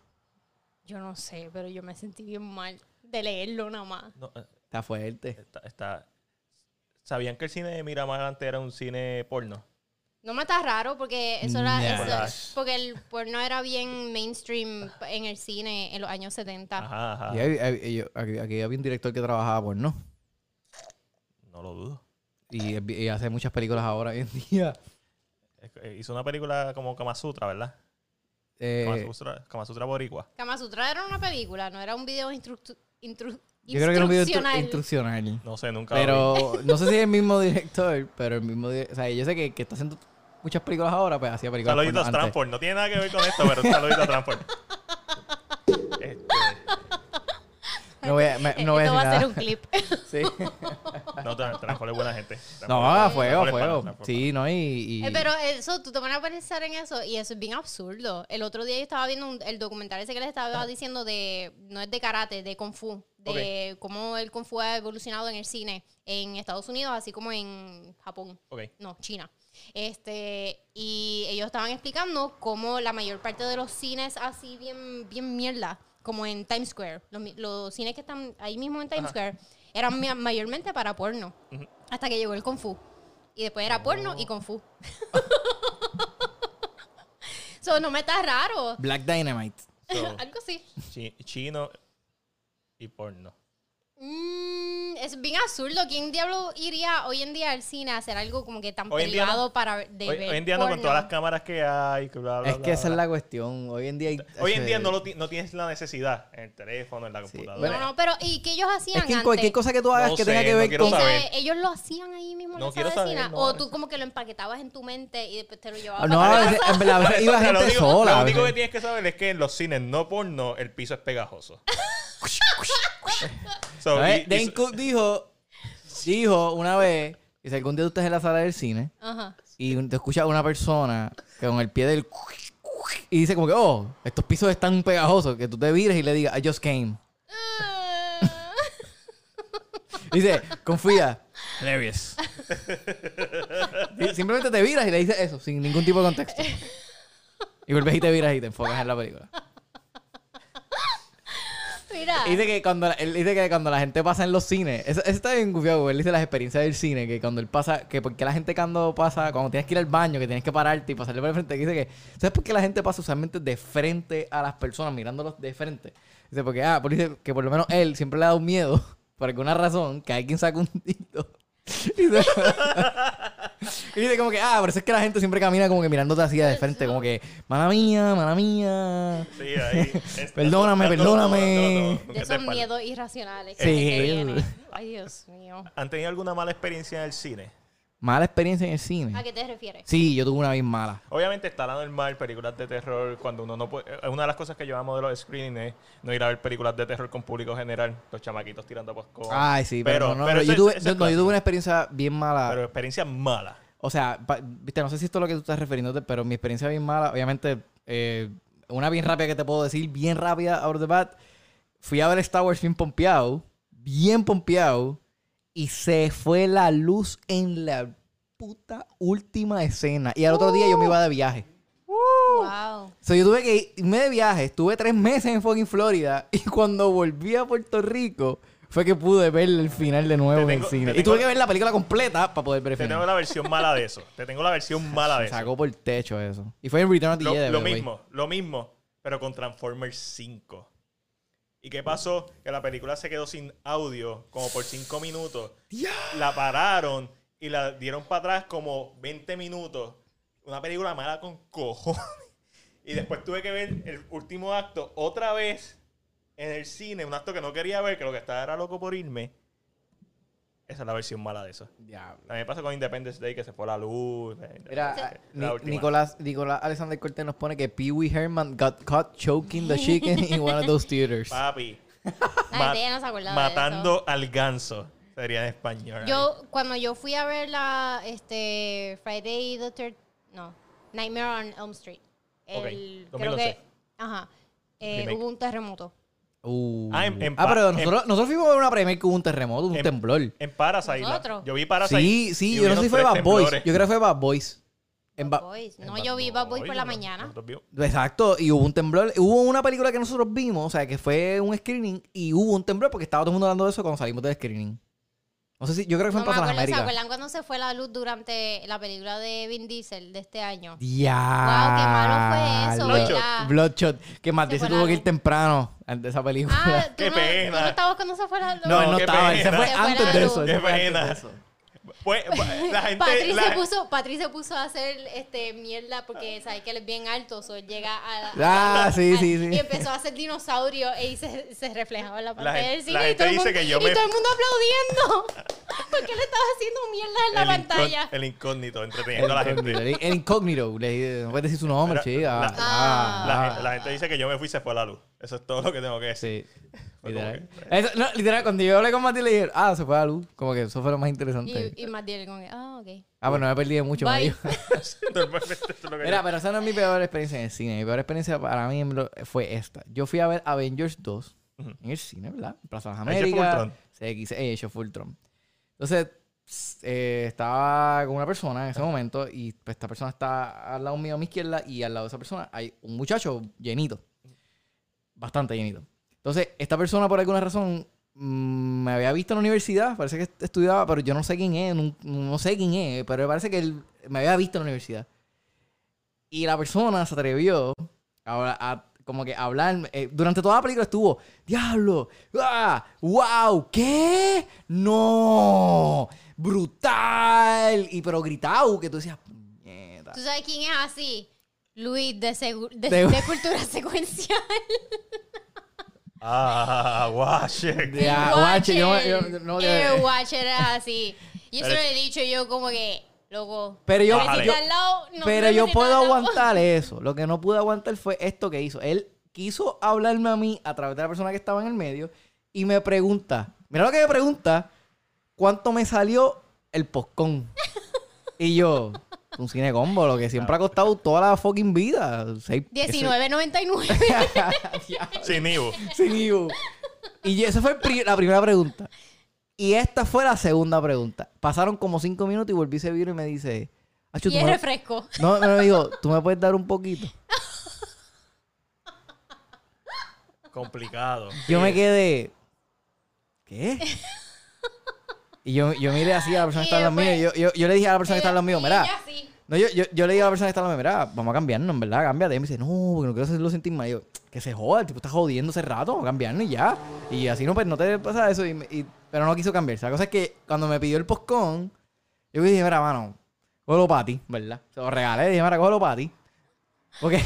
A: Yo no sé, pero yo me sentí bien mal de leerlo nada más.
C: No, eh,
B: Está fuerte.
C: está, está- ¿Sabían que el cine de Miramar antes era un cine porno?
A: No me está raro porque eso era.
B: Nah.
A: eso-
C: Relax.
A: porque el porno era bien mainstream en el cine en los años 70.
C: Ajá, ajá.
B: Y hay- hay- yo- aquí, aquí había un director que trabajaba por no.
C: No lo dudo.
B: Y, y hace muchas películas ahora hoy en día.
C: Es que, eh, Hizo una película como Kama Sutra, ¿verdad?
B: Eh,
C: Kama Sutra, Kama Sutra Boricua.
A: Kama Sutra era una película, no era un video instructu- intru-
B: yo creo que era un video
A: instruccional.
B: instru- instruccional.
C: No sé, nunca lo vi.
B: Pero no sé si es el mismo director, pero el mismo di- O sea, yo sé que, que está haciendo muchas películas ahora, pues hacía películas.
C: Saluditos
B: porno antes.
C: Transport. No tiene nada que ver con esto, pero saluditos Transport. Este,
B: No voy a, me- no voy a
A: Esto va
B: decir
A: a ser
B: nada.
A: un clip.
B: Sí.
C: no, Tran- Transport es buena gente. Transport-
B: No, a fuego,
C: Transport
B: a
C: es pana,
B: fuego.
C: Transport es
B: Sí, no, y. y-
A: Eh, Pero eso, tú te pones a pensar en eso y eso es bien absurdo. El otro día yo estaba viendo un- el documental ese que les estaba diciendo de, no es de karate, de kung fu, de cómo el kung fu ha evolucionado en el cine en Estados Unidos, así como en Japón,
C: pana. Ok.
A: no, China. Este, y ellos estaban explicando cómo la mayor parte de los cines así bien, bien mierda, como en Times Square, los, mi- los cines que están ahí mismo en Times Square, eran ma- mayormente para porno, hasta que llegó el kung fu. Y después era porno
C: Oh.
A: y kung fu. so, no me está raro.
B: Black Dynamite.
C: So,
A: Algo así.
C: chi- chino y porno.
A: Mm, es bien absurdo. ¿Quién diablo iría hoy en día al cine a hacer algo como que tan
C: Hoy en día
A: privado
C: no.
A: para de
C: Hoy,
A: ver
C: hoy en día no, con
A: porno?
C: todas las cámaras que hay. que bla, bla,
B: Es que
C: bla,
B: esa es
C: bla.
B: la cuestión. Hoy en día. hay-
C: Hoy en
B: ese-
C: día no, lo ti- no tienes la necesidad en el teléfono, en la computadora.
A: No, no, pero ¿y qué ellos hacían
B: Es que en
A: antes?
B: cualquier cosa que tú hagas
C: No
B: que
C: sé,
B: tenga que
C: no
B: ver
C: quiero
A: O
B: con.
A: sea,
C: saber.
A: ellos lo hacían ahí mismo en
C: No
A: esa
C: quiero
A: vecina.
C: saber, no,
A: o
C: no.
A: tú como que lo empaquetabas en tu mente y después te lo llevabas
B: Ah, No,
A: para
B: a
A: casa.
B: veces- en verdad, a veces iba
C: Eso, pero
B: gente
C: lo único-
B: sola.
C: Lo
B: a
C: único que
B: veces.
C: tienes que saber es que en los cines no porno el piso es pegajoso. So,
B: ¿Sabes?
C: y- y-
B: Dane Cook dijo, dijo una vez, dice, algún día tú estás en la sala del cine
A: Ajá.
B: y un- te escucha una persona que con el pie del... Y dice como que, oh, estos pisos están pegajosos, que tú te vires y le digas, I just came.
A: Ah.
B: Dice, confía. Hilarious. Y Simplemente te viras y le dices eso, sin ningún tipo de contexto. Y vuelves y te viras y te enfocas en la película.
A: Mira.
B: Y dice que cuando la, él dice que cuando la gente pasa en los cines, eso, eso está bien gufiado, porque él dice las experiencias del cine, que cuando él pasa, que porque la gente cuando pasa, cuando tienes que ir al baño, que tienes que pararte y pasarle por el frente, que dice que, ¿sabes por qué la gente pasa usualmente de frente a las personas, mirándolos de frente? Dice, porque, ah, porque dice que por lo menos él siempre le ha dado miedo, por alguna razón, que alguien saca un dito. Y dice, y dice como que, ah, pero eso es que la gente siempre camina como que mirándote así de frente, como que, mala mía, mala mía.
C: sí, ahí, Este, es-
B: Perdóname,
C: dándolo todo,
B: perdóname.
C: dándolo
A: de
C: todo.
A: esos
C: Espalda.
A: miedos irracionales que
B: Sí.
A: que vienen. Ay, Dios mío.
C: ¿Han tenido alguna mala experiencia en el cine?
B: Mala experiencia en el cine.
A: ¿A qué te refieres?
B: Sí, yo tuve una bien mala.
C: Obviamente está la normal, películas de terror, cuando uno no puede... eh, Una de las cosas que yo amo de los screenings es no ir a ver películas de terror con público general, los chamaquitos tirando poscos.
B: Ay, sí, pero, no, no,
C: ese-
B: yo, tuve,
C: ese es
B: yo- no, yo
C: clásico.
B: tuve una experiencia bien mala.
C: Pero experiencia mala.
B: o sea, pa- viste, no sé si esto es lo que tú estás refiriéndote, pero mi experiencia bien mala, obviamente, eh, una bien rápida que te puedo decir, bien rápida, out of the bat. Fui a ver Star Wars bien pompeado, bien pompeado, y se fue la luz en la puta última escena. Y al otro día yo me iba de viaje. Uh.
A: Wow.
B: So, yo tuve que irme de viaje, estuve tres meses en fucking Florida y cuando volví a Puerto Rico fue que pude ver el final de nuevo
C: Te
B: en
C: tengo-
B: el cine.
C: te
B: Y tuve
C: tengo-
B: que ver la película completa para poder ver el
C: Te
B: final.
C: tengo la versión mala de eso. Te tengo la versión mala de eso.
B: Sacó por el techo eso. Y fue en Return of the
C: Lo,
B: Jedi. by
C: lo
B: the way.
C: mismo, lo mismo, pero con Transformers 5. ¿Y qué pasó? Que la película se quedó sin audio como por 5 minutos. La pararon y la dieron para atrás como 20 minutos. Una película mala con cojones. Y después tuve que ver el último acto otra vez en el cine. Un acto que no quería ver, que lo que estaba era loco por irme. Esa es la versión mala de eso.
B: Diablo.
C: También pasa con Independence Day, que se fue la luz. la
B: Mira, ah,
C: la
B: Ni-
C: última.
B: Nicolás, Nicolás Alexander Cortés nos pone que Pee Wee Herman got caught choking the chicken in one of those theaters.
C: Papi.
A: La
C: Ma-
A: gente ya no se acordaba de
C: matando al ganso. Sería en español.
A: Yo, cuando yo fui a ver la este, Friday the Third, no, Nightmare on Elm Street.
C: Ok,
A: El, creo
C: 2011.
A: que, ajá, eh,
C: Remake.
A: hubo un terremoto.
B: Uh.
C: Ah, en- en
B: Ah,
C: pa-
B: pero
C: en-
B: nosotros, nosotros fuimos a ver una premiere que hubo un terremoto, un
C: En-
B: temblor.
C: En Parasite. la-
A: Nosotros.
C: Yo vi Parasite.
B: Sí, sí,
C: y
B: yo no sé si
C: hubieron
B: fue
C: tres
B: Bad Boys.
C: temblores.
B: Yo creo que fue Bad Boys. En
A: Bad
B: Ba-
A: Boys.
C: En
A: No, yo vi Bad Boys por la
C: no,
A: mañana.
C: nosotros vimos.
B: Exacto, y hubo un temblor. Hubo una película que nosotros vimos, o sea, que fue un screening y hubo un temblor porque estaba todo el mundo hablando de eso cuando salimos del screeneening. No sé si, yo creo que
A: No
B: fue en
A: me
B: Plaza de las
A: acuerdo, ¿se
B: Américas.
A: acuerdan cuando se fue la luz durante la película de Vin Diesel de este año?
B: Ya.
A: Guau, qué malo
C: fue
B: Bloodshot.
C: eso,
A: ¿verdad?
B: Bloodshot. Que Matías
A: Se fue
B: se
A: la
B: tuvo que
A: luz.
B: ir temprano antes de esa película.
A: Ah, ¿tú
C: Qué
A: no,
C: pena.
A: ¿tú no estabas cuando se fue la luz?
B: no, él no
C: qué
B: estaba. Él
C: pena.
B: se fue
A: Se fue
B: antes
A: la
B: de
A: luz.
B: eso. él
C: Qué
B: se fue antes
C: pena.
B: de eso.
C: Fue- fue- la gente.
A: Patrick,
C: la-
A: se puso, Patrick se puso a hacer este mierda porque sabe que él es bien alto, so, llega a,
B: Ah,
A: a-
B: sí,
A: a-
B: sí, sí.
A: Y empezó a hacer dinosaurio y se, se reflejaba en la pantalla
C: gen-
A: del cine
C: la
A: y,
C: gente
A: todo el,
C: dice
A: mundo,
C: que yo
A: y
C: me-
A: todo el mundo aplaudiendo porque le estaba haciendo mierda en la
C: el, incó-
A: pantalla.
C: el incógnito, entreteniendo a la
B: El
C: gente.
B: incógnito, el incógnito. le- No puedes decir su nombre,
C: Pero
B: chica.
C: la-
A: Ah.
C: La, gen- la gente dice que yo me fui y se fue la luz. Eso es todo lo que tengo que decir.
B: Sí.
C: Fue como
B: Literal. Eso- no, literal, cuando yo hablé con Mati le dije, ah, se fue la luz. Como que eso fue lo más interesante.
A: Y, y Matt Dillon como que, ah, ok.
B: Ah, bueno, me perdí de mucho. me
A: Bye.
B: dijo.
C: Normalmente eso es lo que
B: Mira,
C: yo-
B: pero esa no es mi peor experiencia en el cine. Mi peor experiencia para mí en lo- fue esta. Yo fui a ver Avengers 2 en el cine, ¿verdad? En Plaza de las
C: Age of
B: Américas.
C: Ultron.
B: CX, eh, Age of Ultron. Entonces, s- eh, estaba con una persona en ese momento y pues, esta persona está al lado mío a mi izquierda y al lado de esa persona hay un muchacho llenito. Bastante llenito. Entonces, esta persona por alguna razón mm, me había visto en la universidad, parece que est- estudiaba, pero yo no sé quién es, nun- no, sé quién es, pero parece que él me había visto en la universidad. Y la persona se atrevió a, a como que hablar. eh, durante toda la película estuvo, diablo, ¡Ah! wow, ¿qué? No, brutal, y pero gritado, que tú decías, "Puñeta".
A: ¿Tú sabes quién es así? Luis de, segu- de,
B: De-
A: de cultura secuencial.
C: Ah, guache.
B: Ya, guache, yo no- yo- yo no-
A: El Watcher era así. Y eso
C: Pero-
A: lo he dicho yo como que, loco.
B: Pero yo,
C: Bájale.
B: yo-
A: al lado, no
B: pero
A: me
B: yo
A: necesitas
B: puedo
A: al lado.
B: aguantar eso. Lo que no pude aguantar fue esto que hizo. Él quiso hablarme a mí a través de la persona que estaba en el medio y me pregunta, mira lo que me pregunta, ¿cuánto me salió el poscón? Y yo, un cine combo, lo que siempre ha costado toda la fucking vida. Seis-
A: 19.99.
C: Sin Ivo.
B: sin IVU. Y esa fue el pri- la primera pregunta. Y esta fue la segunda pregunta. Pasaron como cinco minutos y volví a ese virus y me dice... "Acho,
A: y
B: tú
A: es
B: me-
A: refresco.
B: no, no, me dijo, tú me puedes dar un poquito.
C: Complicado.
B: Yo me quedé. ¿Qué? Y yo, yo miré así a la persona que
A: Y pues,
B: está al lado mío. y Yo, yo, yo le dije a la persona que está al lado mío,
A: Y
B: mira.
A: ella sí.
B: No, yo, yo, yo le digo a la persona que está al lado mío, mira, vamos a cambiarnos, en verdad, cámbiate. Y me dice, no, porque no quiero hacerlo sentir mal. Y yo, que se joda, el tipo está jodiendo hace rato, vamos a cambiarnos y ya. Y así no, pues no te pasa eso. Y, me- y- pero no quiso cambiarse. La cosa es que cuando me pidió el postcón, yo le dije, mira, mano, cógelo para ti, ¿verdad? Se lo regalé, le dije, mira, cógelo para ti. Porque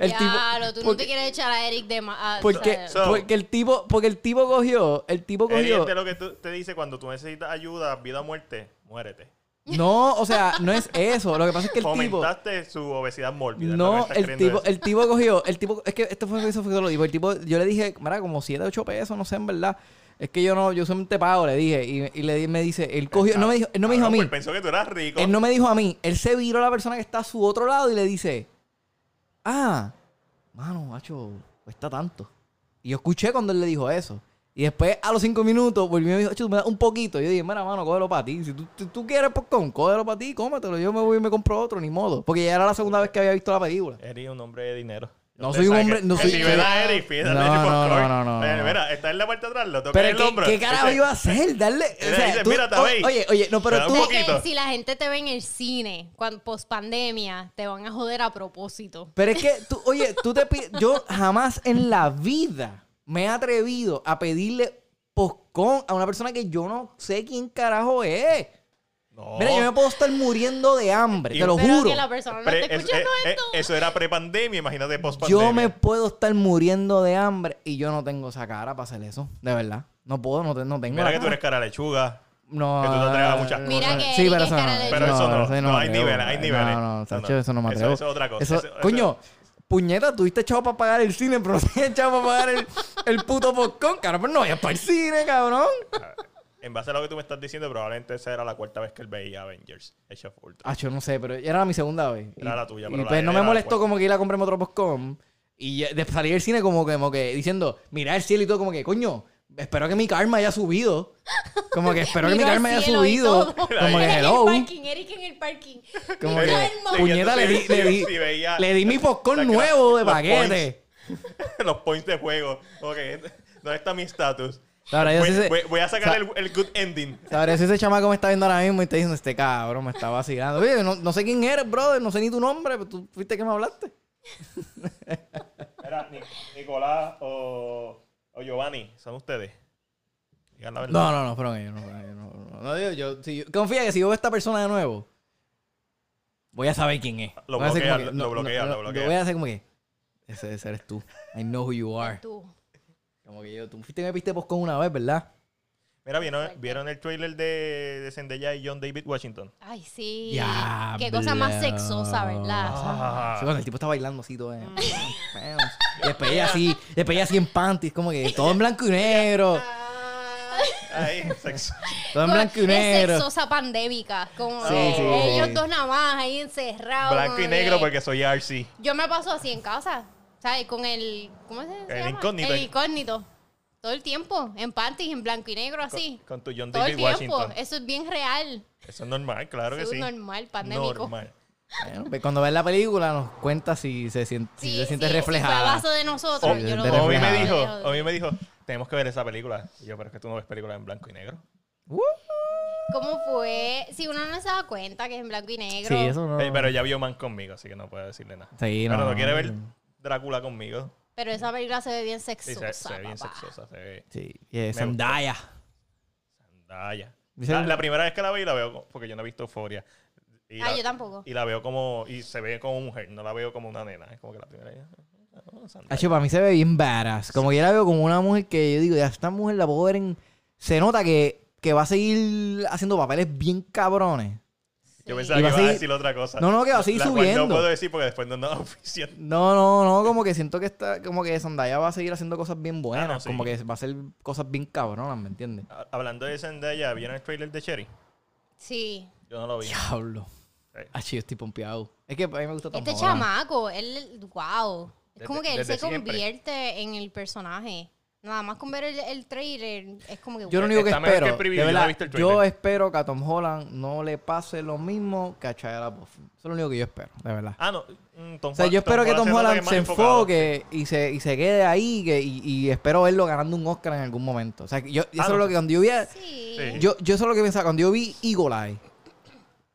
B: el tipo.
A: Diablo, tú no
B: porque-
A: te quieres echar a Eric de más.
B: porque,
C: So-
B: porque el tipo, porque el tipo cogió, el tipo
C: Eddie,
B: cogió.
C: este es lo que tú- te dice cuando tú necesitas ayuda, vida o muerte, muérete.
B: No, o sea, no es eso. Lo que pasa es que el tipo.
C: Fomentaste su obesidad mórbida. es lo que
B: No,
C: estás
B: el
C: queriendo
B: tipo,
C: decir.
B: el tipo cogió, el tipo, es que esto fue eso fue que lo dijo. El tipo, yo le dije, mira, como 7, 8 pesos, no sé, en verdad. Es que yo no, yo solamente pago, le dije. Y, y le di- me dice, él cogió, no me dijo, él no me dijo a
C: Cabrón,
B: mí.
C: pues pensó que tú eras rico.
B: Él no me dijo a mí. Él se viró a la persona que está a su otro lado y le dice, ah, mano, macho, cuesta tanto. Y yo escuché cuando él le dijo eso. Y después, a los cinco minutos, volvió y me dijo, "Acho, tú me das un poquito. Yo dije, mira, mano, cógelo para ti. Si tú, tú- tú quieres popcorn, cógelo para ti, cómetelo. Yo me voy y me compro otro, ni modo. Porque ya era la segunda vez que había visto la película.
C: Eres un hombre de dinero.
B: No
C: Usted
B: soy un
C: sabe
B: hombre-
C: que-
B: no
C: que
B: soy-
C: Si ven a Eric, pídale
B: No,
C: Eric
B: no,
C: popcorn.
B: no, no, no,
C: Mira,
B: no.
C: Eh, Mira, está en la parte de atrás, lo toca en
B: Pero
C: el
B: ¿qué,
C: hombro.
B: ¿qué carajo
C: Dice,
B: iba a hacer? Darle. O
C: Él
B: sea,
C: dice,
B: tú-
C: "Mira, está
B: o-
C: ahí".
B: Oye, oye, no, pero
C: Pero
B: tú.
C: un
A: Sé
C: poquito.
A: que si la gente te ve en el cine, cuando, post pandemia, te van a joder a propósito.
B: Pero es que tú, oye, tú te pides. Yo jamás en la vida me he atrevido a pedirle poscón a una persona que yo no sé quién carajo es.
C: No.
B: Mira, yo me puedo estar muriendo de hambre,
C: Oh. Y-
B: te lo
A: Pero
B: juro.
A: que la persona no
C: Pre-
A: está
C: es-
A: escuchando
C: eh, eh,
A: esto.
C: eso era prepandemia, imagínate pospandemia.
B: Yo me puedo estar muriendo de hambre y yo no tengo esa cara para hacer eso, de verdad. No puedo, no, te- no tengo.
C: Mira
B: la
C: que tú
B: cara.
C: eres cara lechuga.
B: No,
C: que tú te atreves a muchas
B: no,
A: cosas. Mira que
B: sí,
A: Eric
B: pero
A: es
B: eso no,
A: cara de
C: Pero eso no,
B: eso
C: no,
B: me
C: hay
B: atrevo.
C: niveles, hay niveles.
B: No, no,
C: Eso
B: Sancho,
C: no.
B: eso no me
C: Eso-
B: atrevo.
C: eso es otra cosa,
B: Eso-
C: eso- eso-
B: coño, puñeta, tuviste echado para pagar el cine, pero no tienes echado para pagar el, el puto popcorn, cabrón. Pero no vayas para el cine, cabrón.
C: En base a lo que tú me estás diciendo, probablemente esa era la cuarta vez que él veía Avengers. Age of Ultron.
B: Ah, yo no sé, pero era mi segunda vez.
C: Era
B: Y-
C: la tuya,
B: y
C: pero la-
B: pues no
C: era
B: me
C: la
B: molestó
C: cuarta.
B: como que ir a comprarme otro popcorn. Y ya- de salir del cine como que, como que diciendo, mira el cielo y todo, como que, coño, espero que mi karma haya subido. Como que espero que mi
A: Miró al
B: karma haya
A: cielo y
B: subido.
A: todo.
B: Como que
A: Eric
B: hello.
A: En el parking, Eric en el parking.
B: Como
A: Miró
B: que,
A: al monstruo.
B: puñeta, le di, le di, le di mi popcorn nuevo de
C: Los
B: paquete.
C: Los points de juego. Ok, ¿dónde está mi status?
B: Ahora, yo
C: voy,
B: sí sé-
C: voy- voy a sacar
B: sa-
C: el, el good ending.
B: Sabré si ese chamaco me está viendo ahora mismo y está diciendo, este cabrón me está vacilando. Oye, no, no sé quién eres, brother, no sé ni tu nombre, pero tú fuiste que me hablaste.
C: Era Ni- Nicolás o, o Giovanni, son ustedes. Digan la verdad.
B: No, no, no, fueron ellos. No, fueron ellos, no, no, no, digo, yo, si yo- confía que si yo veo a esta persona de nuevo, voy a saber quién es.
C: Lo
B: Voy a hacer
C: bloquea,
B: como
C: lo- lo bloquea, lo bloquea.
B: Yo voy a hacer como que, ese, ese eres tú. I know who you are.
A: Tú.
B: Como que yo, tú fuiste y me piste con una vez, ¿verdad?
C: Mira, ¿vieron, ¿vieron el trailer de, de Zendaya y John David Washington?
A: Ay, sí.
B: Ya,
A: Qué cosa más
B: bla.
A: sexosa, ¿verdad?
B: Ah,
A: O sea,
C: Ah.
B: Sí,
A: Ah.
B: cuando el tipo está bailando así todo. eh, y después ella así, después ella así en panties, como que todo en blanco y negro.
C: Ahí, sexo.
B: Todo en blanco y
A: es
B: negro.
A: sexosa pandémica. Como
B: Sí,
A: eh,
B: sí,
A: ellos
B: sí.
A: dos nada más ahí encerrados.
C: Blanco y
A: como
C: negro
A: que-
C: porque soy RC.
A: Yo me paso así en casa, ¿sabes? Con el... ¿Cómo se, se
C: El
A: llama?
C: incógnito.
A: El incógnito. Todo el tiempo, en panties, en blanco y negro, así.
C: Con, con tu John
A: Ah, Todo el
C: David
A: tiempo.
C: Washington.
A: Eso es bien real.
C: Eso es normal, claro que
A: Eso
C: sí.
A: es normal, pandémico.
C: Normal.
B: Bueno, pues cuando ves la película nos cuenta si se siente, si se siente
A: sí,
B: reflejada.
A: Si fue vaso de
C: Oh,
A: nosotros.
B: Sí,
A: yo lo
B: de
A: veo.
C: Obi me
B: reflejado.
C: dijo, Obi me dijo, tenemos que ver esa película. Y yo, pero es que tú no ves películas en blanco y negro.
B: Uh,
A: ¿Cómo fue? Si uno no se da cuenta que es en blanco y negro.
B: sí, eso no.
C: Eh, pero ya vio Man conmigo, así que no puedo decirle nada.
B: Sí,
C: pero
B: no,
C: no,
B: no,
C: quiere
B: no.
C: ver Drácula conmigo.
A: Pero esa película se ve bien
C: Sí,
A: sexosa.
C: se, se ve bien
A: papá.
C: sexosa, se ve
B: Sí, y es
C: Me gustó.
B: Zendaya.
C: sandalla.
B: Dice-
C: Ah, La, la primera vez que la veo y la veo, co- porque yo no he visto Euforia. Y
A: Ah,
C: la-
A: yo tampoco.
C: Y la veo como, y se ve como mujer, no la veo como una nena. Es como que la primera vez. oh, Zendaya.
B: Hacho, para mí se ve bien badass. Como que yo la veo como una mujer que yo digo, ya esta mujer la puedo ver en... Se nota que, que va a seguir haciendo papeles bien cabrones.
A: Sí.
C: Yo pensaba
B: Y va
C: que
B: a
C: iba a
B: seguir-
C: decir otra cosa.
B: No, no, que va a seguir
C: La cual
B: subiendo.
C: No puedo decir porque después no nos oficial.
B: No, no, no, como que siento que está, como que Zendaya va a seguir haciendo cosas bien buenas,
C: Ah, no, sí.
B: como que va a hacer cosas bien cabronas, ¿me entiendes?
C: Ha- Hablando de Zendaya, ¿vieron el trailer de Cherry?
A: Sí.
C: Yo no lo vi.
B: Diablo.
C: Sí.
B: Hacho, yo estoy pompeado. Es que a mí me gusta Tom
A: Este
B: Holland.
A: chamaco, él, wow. Es
C: Desde-
A: como que él
C: desde
A: se
C: siempre.
A: convierte en el personaje. Nada más con ver el, el trailer, es como que.
B: Yo
A: wow.
B: lo único que
C: Está mejor que
B: espero,
C: el preview,
B: de
C: yo no he
B: verdad,
C: visto el
B: yo
C: trailer.
B: espero que a Tom Holland no le pase lo mismo que a Shia Buffy. Eso es lo único que yo espero, de verdad.
C: Ah, no. mm, Tom
B: O sea,
C: Hol-
B: yo espero que Tom
C: nota
B: Holland
C: es
B: se
C: más enfocado.
B: enfoque y se, y se quede ahí que- y, y espero verlo ganando un Oscar en algún momento. O sea, que yo, eso es
C: Ah, no.
B: lo que cuando yo vi, a-
A: Sí.
C: Sí.
B: yo, yo eso es lo que pensaba, cuando yo vi Eagle Eye,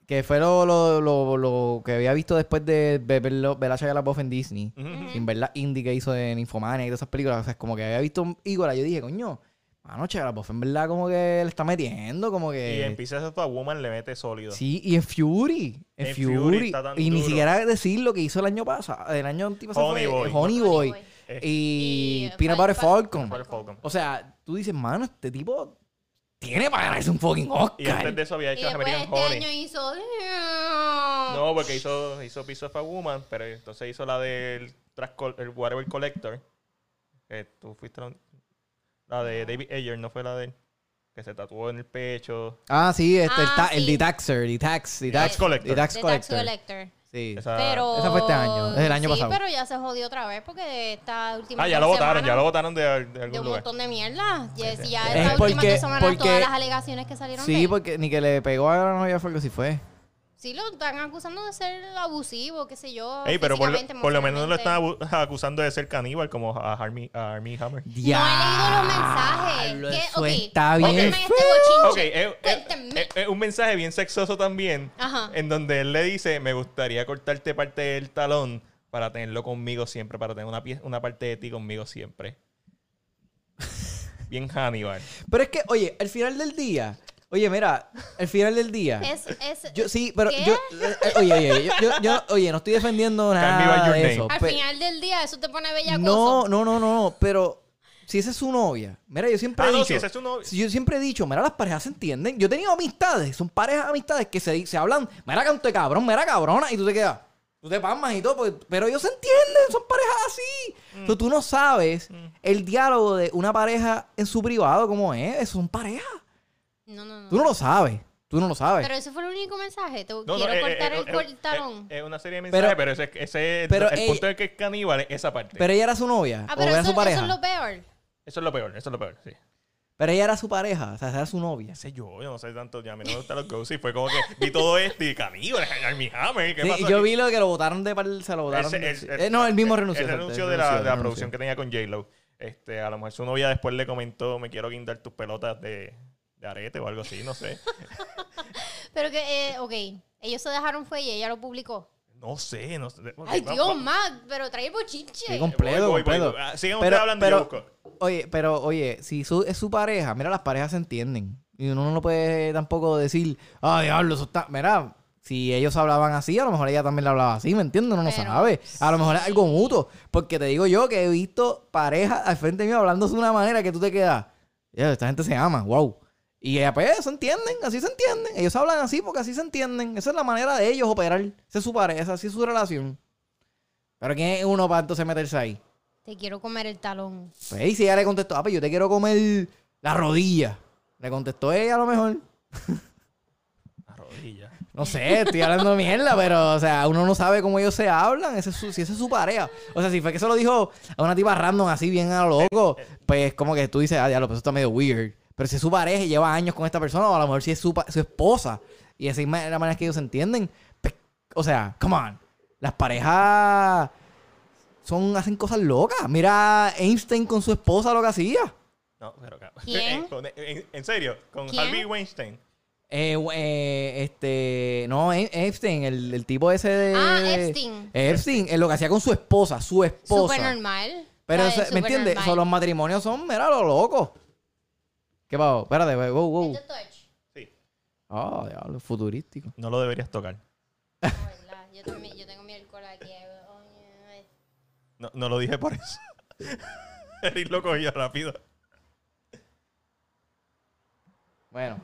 B: que fue lo, lo, lo, lo que había visto después de de verlo- ver a Shia LaBeouf en Disney,
C: Ujú.
B: sin ver la indie que hizo de Infomania y todas esas películas, o sea, es como que había visto Eagle Eye, yo dije, coño, mano, Shia LaBeouf en verdad como que le está metiendo, como que...
C: Y en Pieces of a Woman le mete sólido.
B: Eh. Sí, y en Fury. En,
C: En
B: Fury.
C: Fury está tan
B: y ni
C: duro.
B: siquiera decir lo que hizo el año pasado. El año antipasado
C: Honey
B: fue
C: Boy.
A: Honey
B: Honey Boy.
A: Boy.
B: Y,
A: Y
B: Peanut
A: Fal-
B: Butter
A: Fal-
B: Falcon.
C: Por el Falcon.
B: O sea, tú dices, mano, este tipo tiene para ganarse un fucking
C: Y antes
B: Oscar.
C: de eso había
A: Y
C: hecho
A: después
C: American
A: este año
C: Honey.
A: hizo.
C: No, porque hizo, hizo Piece of a Woman, pero entonces hizo la del Trash Col- el Whatever Collector. Que tú fuiste la, la de David Ayer, no fue la de él. Que se tatuó en el pecho.
B: Ah, sí, este, el,
A: Ah,
B: ta- el
A: sí.
B: Detaxer. Detax, Detax,
C: Tax Collector.
B: Detax
A: The Tax
B: Collector.
A: Collector.
B: Sí.
C: Esa-
A: Pero.
B: Esa fue este año, es el año
A: sí,
B: pasado.
A: pero ya se jodió otra vez porque esta última.
C: ah, ya lo votaron,
A: semana-
C: ya lo votaron de, de algún
A: de un
C: lugar.
A: montón de mierda. Yes,
C: sí.
A: ya
B: Es
A: esta última
B: porque-
A: semana
B: porque-
A: todas las alegaciones que salieron de
B: Sí,
A: él.
B: porque ni que le pegó a la novia fue algo si fue.
A: Sí, lo están acusando de ser abusivo, qué sé yo.
C: Ey, pero por lo,
A: físicamente,
C: por lo menos no lo están
A: emocionalmente.
C: abu- acusando de ser caníbal como a Army, a Armie Hammer.
A: No he leído los
B: Diablo,
A: mensajes. ¿Qué?
B: eso
A: Ok,
B: está bien
A: cuéntame este
C: Ok, eh.
A: bochinche.
C: es, es-
A: Cuéntame.
C: es- es un mensaje bien sexoso también,
A: Ajá.
C: en donde él le dice, me gustaría cortarte parte del talón para tenerlo conmigo siempre, para tener una, pie- una parte de ti conmigo siempre. bien Hannibal. Ah,
B: Pero es que, oye, al final del día, oye, mira, al final del día.
A: Es, es,
B: Yo, sí, pero
A: ¿Qué?
B: yo, eh, eh, oye, oye, oye, yo, yo, yo- oye, no estoy defendiendo
C: me by
B: nada
C: your
B: de
C: name.
B: eso.
A: al
B: pe-
A: final del día eso te pone bella
B: no, no, no, no, no, pero si esa es su novia, mira, yo siempre
C: Ah,
B: he
C: no,
B: dicho,
C: si esa es su novia.
B: si yo siempre he dicho, mira, las parejas se entienden. Yo he tenido amistades, son parejas amistades que se, di- se hablan, mira, canto de cabrón, mira, cabrona, y tú te quedas, tú te palmas y todo, pues, pero ellos se entienden, son parejas así.
C: Mm.
B: Entonces, tú no sabes el diálogo de una pareja en su privado como es, son parejas.
A: No, no, no.
C: Mm.
B: Tú no lo sabes, tú no lo sabes.
A: Pero ese fue el único mensaje. Te
C: No, no,
A: quiero
C: eh,
A: cortar
C: eh,
A: el
C: eh, eh,
A: cortarón.
C: eh, Es una serie de mensajes,
B: Pero-
C: pero, ese, ese es
B: pero
C: el
B: ella-
C: punto de que es caníbal, es esa parte.
B: Pero ella era su novia,
A: ah,
B: o
A: pero
B: era
A: eso,
B: su pareja.
A: eso es lo peor.
C: Eso es lo peor, eso es lo peor, sí.
B: Pero ella era su pareja, o sea, era su novia.
C: ¿Qué sé yo? Yo no sé tanto, ya a mí no me gustan los ghosts y fue como que vi todo esto y caníbal, Armie Hammer, ¿qué
B: Sí,
C: pasó
B: yo
C: aquí?
B: vi lo que lo votaron de par, se lo votaron.
C: Ese-
B: de-
C: el-
B: eh, no, el mismo renunció.
C: El
B: exacto,
C: renuncio
B: él
C: de la,
B: renunció,
C: de la
B: él
C: producción
B: renunció.
C: que tenía con J-Lo. Este, a lo mejor su novia después le comentó, me quiero guindar tus pelotas de, de arete o algo así, no sé.
A: Pero que, eh, ok, ellos se dejaron fue y ella lo publicó.
C: No sé, no sé. Ok,
A: Ay,
C: va-
A: Dios,
C: va-
A: Mac, pero trae el bochinche.
B: Sí, completo,
C: Voy, voy, voy,
B: completo.
C: voy. Ah, sigan ustedes hablando, yo busco.
B: Oye, pero oye, si su- es su pareja, mira, las parejas se entienden. Y uno no puede tampoco decir, ah, diablo, eso está. Mira, si ellos hablaban así, a lo mejor ella también le hablaba así, ¿me entiendes? Uno no
A: Pero
B: sabe. A lo mejor es algo mutuo. Porque te digo yo que he visto parejas al frente mío hablándose de una manera que tú te quedas, "Ya, esta gente se ama, wow. Y ella, pues, se entienden, así se entienden. Ellos hablan así porque así se entienden. Esa es la manera de ellos operar. Esa es su pareja, así es su relación. Pero ¿quién es uno para entonces meterse ahí?
A: Te quiero comer el talón.
B: Pues, y si ella le contestó, ah, pues yo te quiero comer la rodilla. Le contestó ella a lo mejor.
C: La rodilla.
B: No sé, estoy hablando mierda, pero, o sea, uno no sabe cómo ellos se hablan. Ese es su- si esa es su pareja. O sea, si fue que se lo dijo a una tipa random así, bien a lo loco, pues como que tú dices, ah, diablo, pues eso está medio weird. Pero si es su pareja y lleva años con esta persona, o a lo mejor si es su, pa- su esposa, y así es ma- la manera que ellos se entienden. pues, o sea, come on. Las parejas son, hacen cosas locas. Mira Einstein con su esposa lo que hacía.
C: No, pero cabrón.
A: ¿Quién?
C: Eh, con- eh, En, en serio, con
A: ¿Quién?
C: Harvey Weinstein.
B: Eh, we- eh, este, no, Ein- Epstein, el, el tipo ese de...
A: Ah, Epstein.
B: Epstein, es lo que hacía con su esposa, su esposa.
A: Súper normal.
B: Pero,
A: ¿sabes?
B: eso- ¿me
A: Súper
B: entiendes?
A: normal.
B: Eso, los matrimonios son, mira, lo loco. ¿Qué pasó? Espérate, wow, wow.
A: Este touch.
C: Sí.
B: Ah, diablo, futurístico.
C: No lo deberías tocar.
A: No, ¿verdad? Yo, también, yo tengo mi alcohol aquí. Ay,
C: No, no lo dije por eso. Eric lo cogió rápido.
B: Bueno,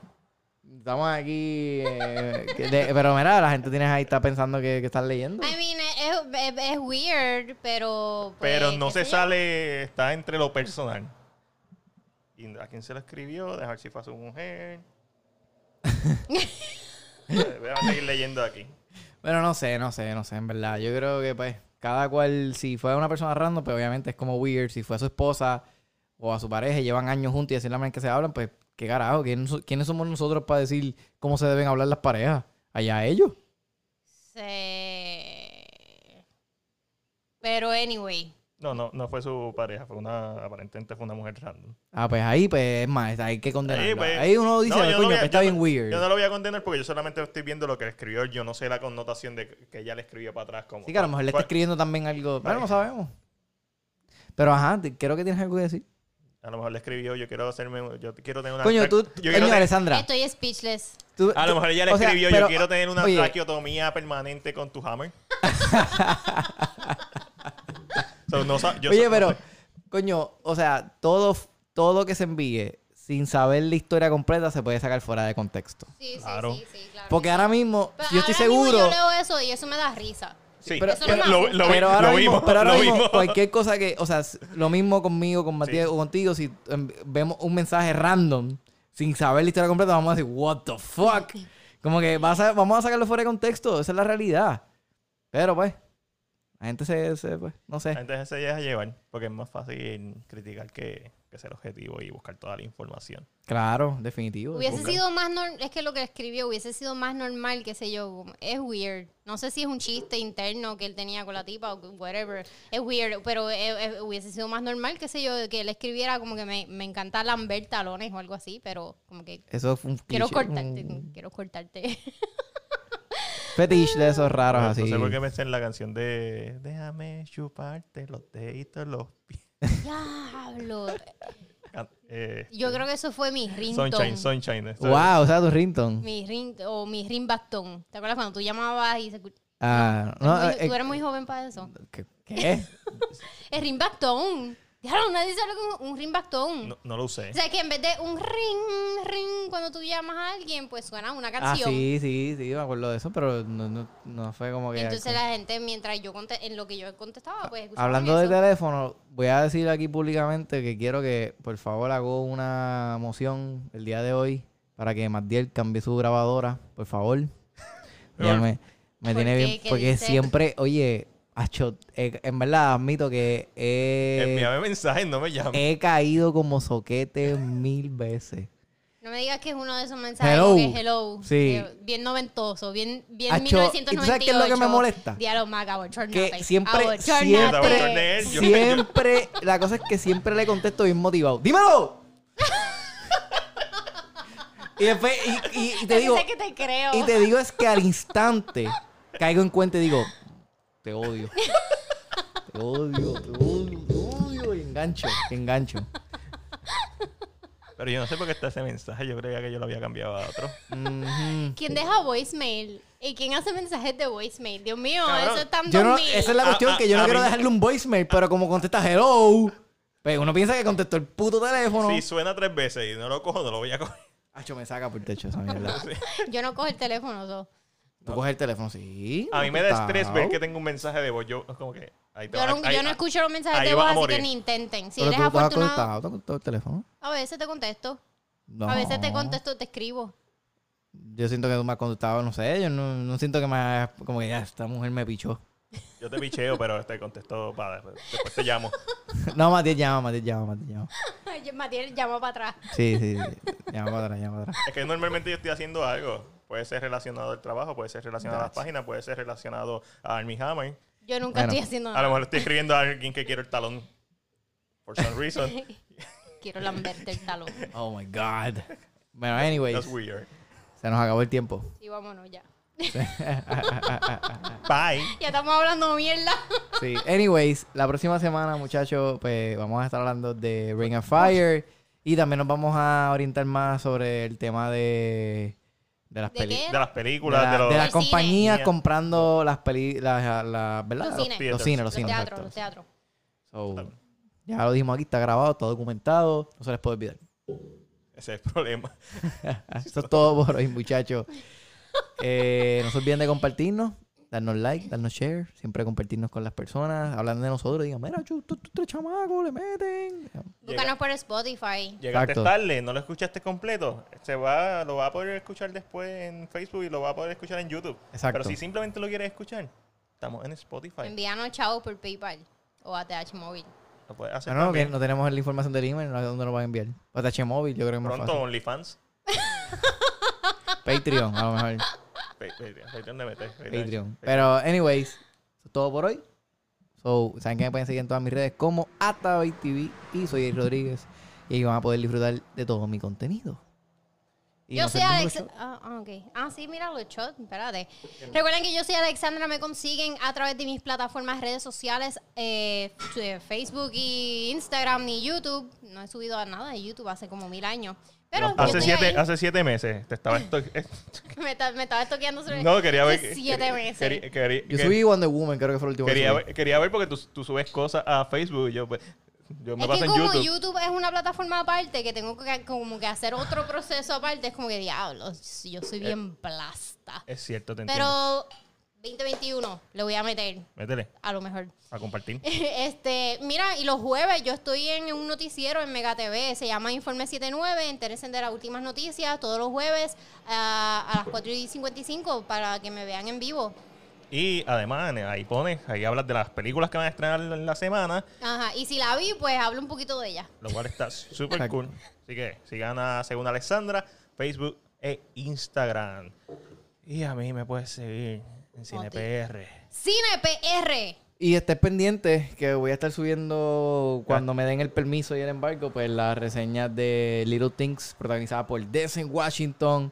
B: estamos aquí, eh, que de- pero mira, la gente tiene ahí, está pensando que, que están leyendo.
A: I mean, es, es- es weird, pero. pues,
C: Pero no
A: qué
C: se
A: sé yo.
C: sale, está entre lo personal. ¿Y a quién se lo escribió? Dejar si fue a su mujer. Eh, Voy a seguir leyendo aquí.
B: Bueno, no sé, no sé, no sé, en verdad. Yo creo que, pues, cada cual, si fue una persona random, pues obviamente es como weird. Si fue a su esposa o a su pareja, y llevan años juntos y así es la manera en que se hablan, pues, qué carajo, ¿Quién so- ¿quiénes somos nosotros para decir cómo se deben hablar las parejas? Allá ellos.
A: Se- Pero, anyway.
C: No, no, no fue su pareja, fue una, aparentemente fue una mujer random.
B: Ah, pues ahí, pues, es más, hay que condenarlo.
C: Ahí, pues,
B: ahí uno dice,
C: no,
B: "Ay,
C: yo no
B: coño,
C: voy a-
B: que está
C: yo
B: bien
C: no-
B: weird.
C: Yo no lo voy a condenar porque yo solamente estoy viendo lo que le escribió. Yo no sé la connotación de que- que ella le escribió para atrás. Como, Pues,
B: sí, que a lo mejor le está
C: ¿Cuál-
B: escribiendo también algo, pero no
C: Pareja.
B: sabemos. Pero, ajá, te- creo que tienes algo que decir.
C: A lo mejor le escribió, yo quiero hacerme, yo quiero tener una...
B: Coño, tú,
C: yo
B: coño,
C: quiero tener-
B: Alessandra.
A: Estoy speechless.
B: tú-
C: a lo mejor ella le
B: o sea,
C: escribió,
B: pero-
C: yo quiero tener una
B: oye,
C: traqueotomía permanente con tu hammer. So, no sa- yo
B: Oye,
C: so-
B: pero,
C: no sé.
B: coño, o sea, todo, todo que se envíe sin saber la historia completa se puede sacar fuera de contexto.
A: Sí, sí,
C: Claro.
A: sí, sí, claro.
B: Porque ahora mismo,
A: Pero
B: yo estoy
A: ahora mismo
B: seguro,
A: Yo leo eso y eso me da risa.
C: Sí,
B: pero-
C: pero,
A: Eso no me
C: lo,
A: asusta.
C: lo vi-
B: pero ahora
C: lo
B: mismo,
C: vimos,
B: pero ahora
C: lo
B: mismo,
C: vimos.
B: cualquier cosa que, o sea, s- lo mismo conmigo, con Matías o contigo, si em, vemos un mensaje random sin saber la historia completa, vamos a decir, what the fuck. Como que vas a- vamos a sacarlo fuera de contexto, esa es la realidad. Pero pues, la gente se, se, pues, no sé.
C: Entonces se deja llevar, porque es más fácil criticar que, que ser objetivo y buscar toda la información.
B: Claro, definitivo.
A: Hubiese
C: Google.
A: sido más normal, es que lo que escribió hubiese sido más normal, qué sé yo, como- es weird. No sé si es un chiste interno que él tenía con la tipa o whatever, es weird, pero eh, eh, hubiese sido más normal, qué sé yo, que él escribiera como que me, me encanta lamber talones o algo así, pero como que
B: Eso fue un
A: quiero
B: cliché,
A: cortarte,
B: un
A: quiero cortarte.
B: fetiche de esos raros
C: no
B: así.
C: sé por qué pensé en la canción de Déjame chuparte los deditos, los pies.
A: Diablo.
C: Can- eh,
A: Yo creo que eso fue mi ringtone.
C: Sunshine, Sunshine. esa-
B: Wow, o sea, tu Rinton.
A: Mi ring o mi ring bastón. ¿Te acuerdas cuando tú llamabas y se escuch-
B: Ah,
A: tú
B: no,
A: eras muy-
B: eh,
A: tú eras muy joven para eso?
B: ¿qué- ¿Qué?
A: El ring bastón. Diablo, nadie sabe lo que es un ring bastón.
C: No, no lo usé.
A: O sea, que en vez de un ring, ring, cuando tú llamas a alguien, pues suena una
B: Ah,
A: canción.
B: sí, sí, sí, me acuerdo de eso, pero no, no, no fue como que...
A: Entonces la gente, mientras yo conte- en lo que yo contestaba, pues escuchaban
B: Hablando de
A: eso.
B: teléfono, voy a decir aquí públicamente que quiero que, por favor, hago una moción el día de hoy para que Matiel cambie su grabadora, por favor. Ya me, me
A: ¿Por
B: tiene
A: qué?
B: bien,
A: ¿Qué
B: porque
A: dice?
B: siempre, oye, acho, eh, en verdad admito que he,
C: Envíame mensajes, no me llames.
B: he caído como soquete mil veces.
A: No me digas que es uno de esos mensajes
B: Hello.
A: que es hello.
B: Sí.
A: que bien noventoso, bien, bien
B: Acho, ¿y tú sabes qué es lo
A: 1998.
B: que me molesta?
A: Diablo, maga, bochornate.
B: Que siempre-
A: Abochornate.
C: Te abochorné él, yo-
B: Siempre, la cosa es que siempre le contesto bien motivado. ¡Dímelo! y después, y, y- y te
A: Yo
B: digo,
A: sé que te creo.
B: y te digo es que al instante caigo en cuenta y digo, te odio. Te odio, te odio, te odio. Y engancho, y engancho.
C: Pero yo no sé por qué está ese mensaje. Yo creía que yo lo había cambiado a otro.
B: Ujú.
A: ¿Quién deja voicemail? ¿Y quién hace mensajes de voicemail? Dios mío,
C: Cabrón,
A: eso es tan
B: Yo no-
A: 2000.
B: esa es la
C: A-
B: cuestión,
C: a-
B: que yo no
C: a
B: quiero
C: mí-
B: dejarle un voicemail, pero como contesta hello, pues uno piensa que contestó el puto teléfono.
C: Si suena tres veces y no lo cojo, no lo voy a coger.
B: Acho, me saca por el techo esa mierda.
A: Yo no cojo el teléfono. so.
B: Tú coges el teléfono, sí.
C: A mí me da estrés ver que
B: te...
C: tengo un mensaje de voz. Yo, como que. Ahí te
A: Yo
C: va-
A: no,
C: ahí-
A: yo no escucho los mensajes
C: ahí
A: de voz,
C: vas a
A: así
C: morir.
A: que ni intenten. Si
B: Pero
A: eres
B: tú estás
A: afortunado,
B: conectado, ¿tú has conectado el teléfono?
A: a veces te contesto.
B: No.
A: A veces te contesto, te escribo.
B: Yo siento que tú me has contestado, no sé, yo no, no siento que me has- Como que ya, esta mujer me pichó.
C: Yo te picheo, pero te contesto para después te llamo.
B: No, Matías llama, Matías llama, Matías llama.
A: Ay, Matías llama para atrás.
B: Sí, sí, sí. Llama para atrás, llama para atrás.
C: Es que normalmente yo estoy haciendo algo. Puede ser relacionado al trabajo, puede ser relacionado a las páginas, puede ser relacionado a Army Hammer.
A: Yo nunca
B: Bueno,
A: estoy haciendo
C: A
A: nada.
C: lo mejor estoy escribiendo a alguien que quiero el talón. Por some reason.
A: Quiero lamberte el talón.
B: Oh my God. Bueno, anyways,
C: That's weird.
B: se nos acabó el tiempo.
A: Y vámonos ya.
C: Bye.
A: Ya estamos hablando mierda.
B: Sí, anyways, la próxima semana, muchachos, pues vamos a estar hablando de Ring of Fire y también nos vamos a orientar más sobre el tema de, de las
A: ¿De qué?
B: películas.
C: De las películas,
B: la-
C: de los.
B: de
A: Del
B: las
A: cine.
B: compañías
C: Mía.
B: comprando las películas, las, las- ¿verdad?
A: Los cines.
B: Los cines, los
A: Los
B: cines,
A: teatros,
B: exacto.
A: los teatros.
B: So, ya lo dijimos aquí, está grabado, está documentado, no se les puede olvidar.
C: Ese es el problema.
B: Eso es todo por hoy, muchachos. Eh, no se olviden de compartirnos, darnos like, darnos share, siempre compartirnos con las personas, hablando de nosotros, digan, mira, tú, tú, tú, tres chamacos le meten.
A: Búscanos por Spotify.
C: Llegaste
B: Exacto.
C: tarde, no lo escuchaste completo. Se va, lo va a poder escuchar después en Facebook y lo va a poder escuchar en YouTube.
B: Exacto.
C: Pero si simplemente lo quieres escuchar, estamos en Spotify.
A: Envíanos chavos por PayPal o ATH móvil.
C: Lo puedes hacer
B: Ah, No, no, que
C: también.
B: no tenemos la información del email, no sé dónde lo van a enviar. O tache móvil, yo creo que es más
C: Pronto
B: fácil.
C: OnlyFans.
B: Patreon, a lo mejor.
C: Pa- pa- Patreon de meter.
B: Patreon. Pero, anyways, eso es todo por hoy. So, saben que me pueden seguir en todas mis redes como AtabayTV y soy Eric Rodríguez. Y ahí van a poder disfrutar de todo mi contenido. Y
A: Yo
B: no
A: soy
B: se olviden
A: Alex.
B: los shows.
A: Ah, ah, ok. Ah, sí, mira los shots. Espérate. Recuerden que yo soy Alexandra. Me consiguen a través de mis plataformas, redes sociales, eh, eh, Facebook y Instagram y YouTube. No he subido a nada de YouTube hace como mil años. Pero yo
C: Hace
A: estoy
C: siete,
A: ahí.
C: hace siete meses te estaba esto- eh,
A: Me, ta- me estaba estoqueando sobre.
C: No, quería ver.
A: hace Siete
C: quería-
A: meses.
C: quería- quería-
B: Yo
C: que-
B: subí Wonder Woman, creo que fue el último que
C: Quería
B: subí.
C: ver, quería ver porque tú, tú subes cosas a Facebook. y Yo, pues, yo me
A: es
C: paso
A: que
C: en
A: como
C: YouTube.
A: YouTube. es una plataforma aparte que tengo que como que hacer otro proceso aparte, es como que diablo, yo soy bien plasta.
C: Es cierto, Eh, te entiendo.
A: Pero 2021 le voy a meter,
C: Métele
A: a lo mejor.
C: a compartir.
A: Este, mira, y los jueves yo estoy en un noticiero en Mega TV, se llama Informe 79, entérense de las últimas noticias, todos los jueves ah, a las 4 y 55 para que me vean en vivo.
C: Y además, ahí pones, ahí hablas de las películas que van a estrenar en la semana,
A: Ajá, y si la vi, pues hablo un poquito de ella.
C: lo cual está súper
B: Exacto.
C: cool. Así que sigan a Según Alexandra, Facebook e Instagram. Y a mí me puedes seguir en CinePR.
A: Cine PR.
B: Y estés pendiente que voy a estar subiendo cuando me den el permiso y el embargo, pues las reseñas de Little Things protagonizada por Desen Washington,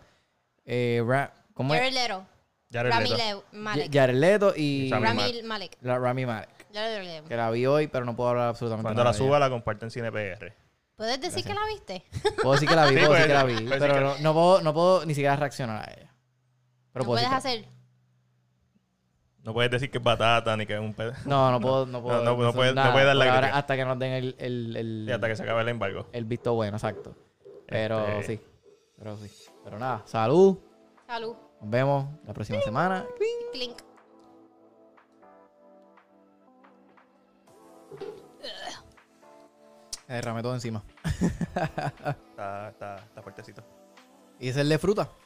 B: eh, Ra- ¿cómo
A: Jared
B: es?
A: Leto.
C: Jared
A: Rami
C: Leto.
A: Leto- Malek.
B: Jared Leto y
C: Rami
A: Rami
C: Malek.
A: Malek.
B: la Rami Malek,
A: Jared Leto.
B: que la vi hoy, pero no puedo hablar absolutamente
C: Cuando la
B: nada de
C: suba, la comparten en CinePR.
A: ¿Puedes decir que la viste?
B: ella. Puedo decir que la vi,
C: Sí,
B: puedo
C: pues,
B: decir que la vi,
C: pues,
B: pero
C: sí que-
B: no, no puedo, no puedo ni siquiera reaccionar a ella. Pero
A: no
B: puedo decir
A: puedes
B: que-
A: hacer.
C: No puedes decir que es batata ni que es un pedo.
B: No, no puedo, no puedo.
C: no, no puedes- no
B: nada,
C: puedes dar la
B: por ahora,
C: crítica.
B: hasta que nos den el, el, el-
C: Y hasta que se acabe el embargo.
B: el visto bueno, exacto. Pero
C: Este-
B: sí, pero sí. Pero nada, salud.
A: Salud.
B: Nos vemos la próxima semana.
A: Clink.
B: Me derramé todo encima. Eh,
C: Está, está, está fuertecito.
B: Y ese es el de fruta.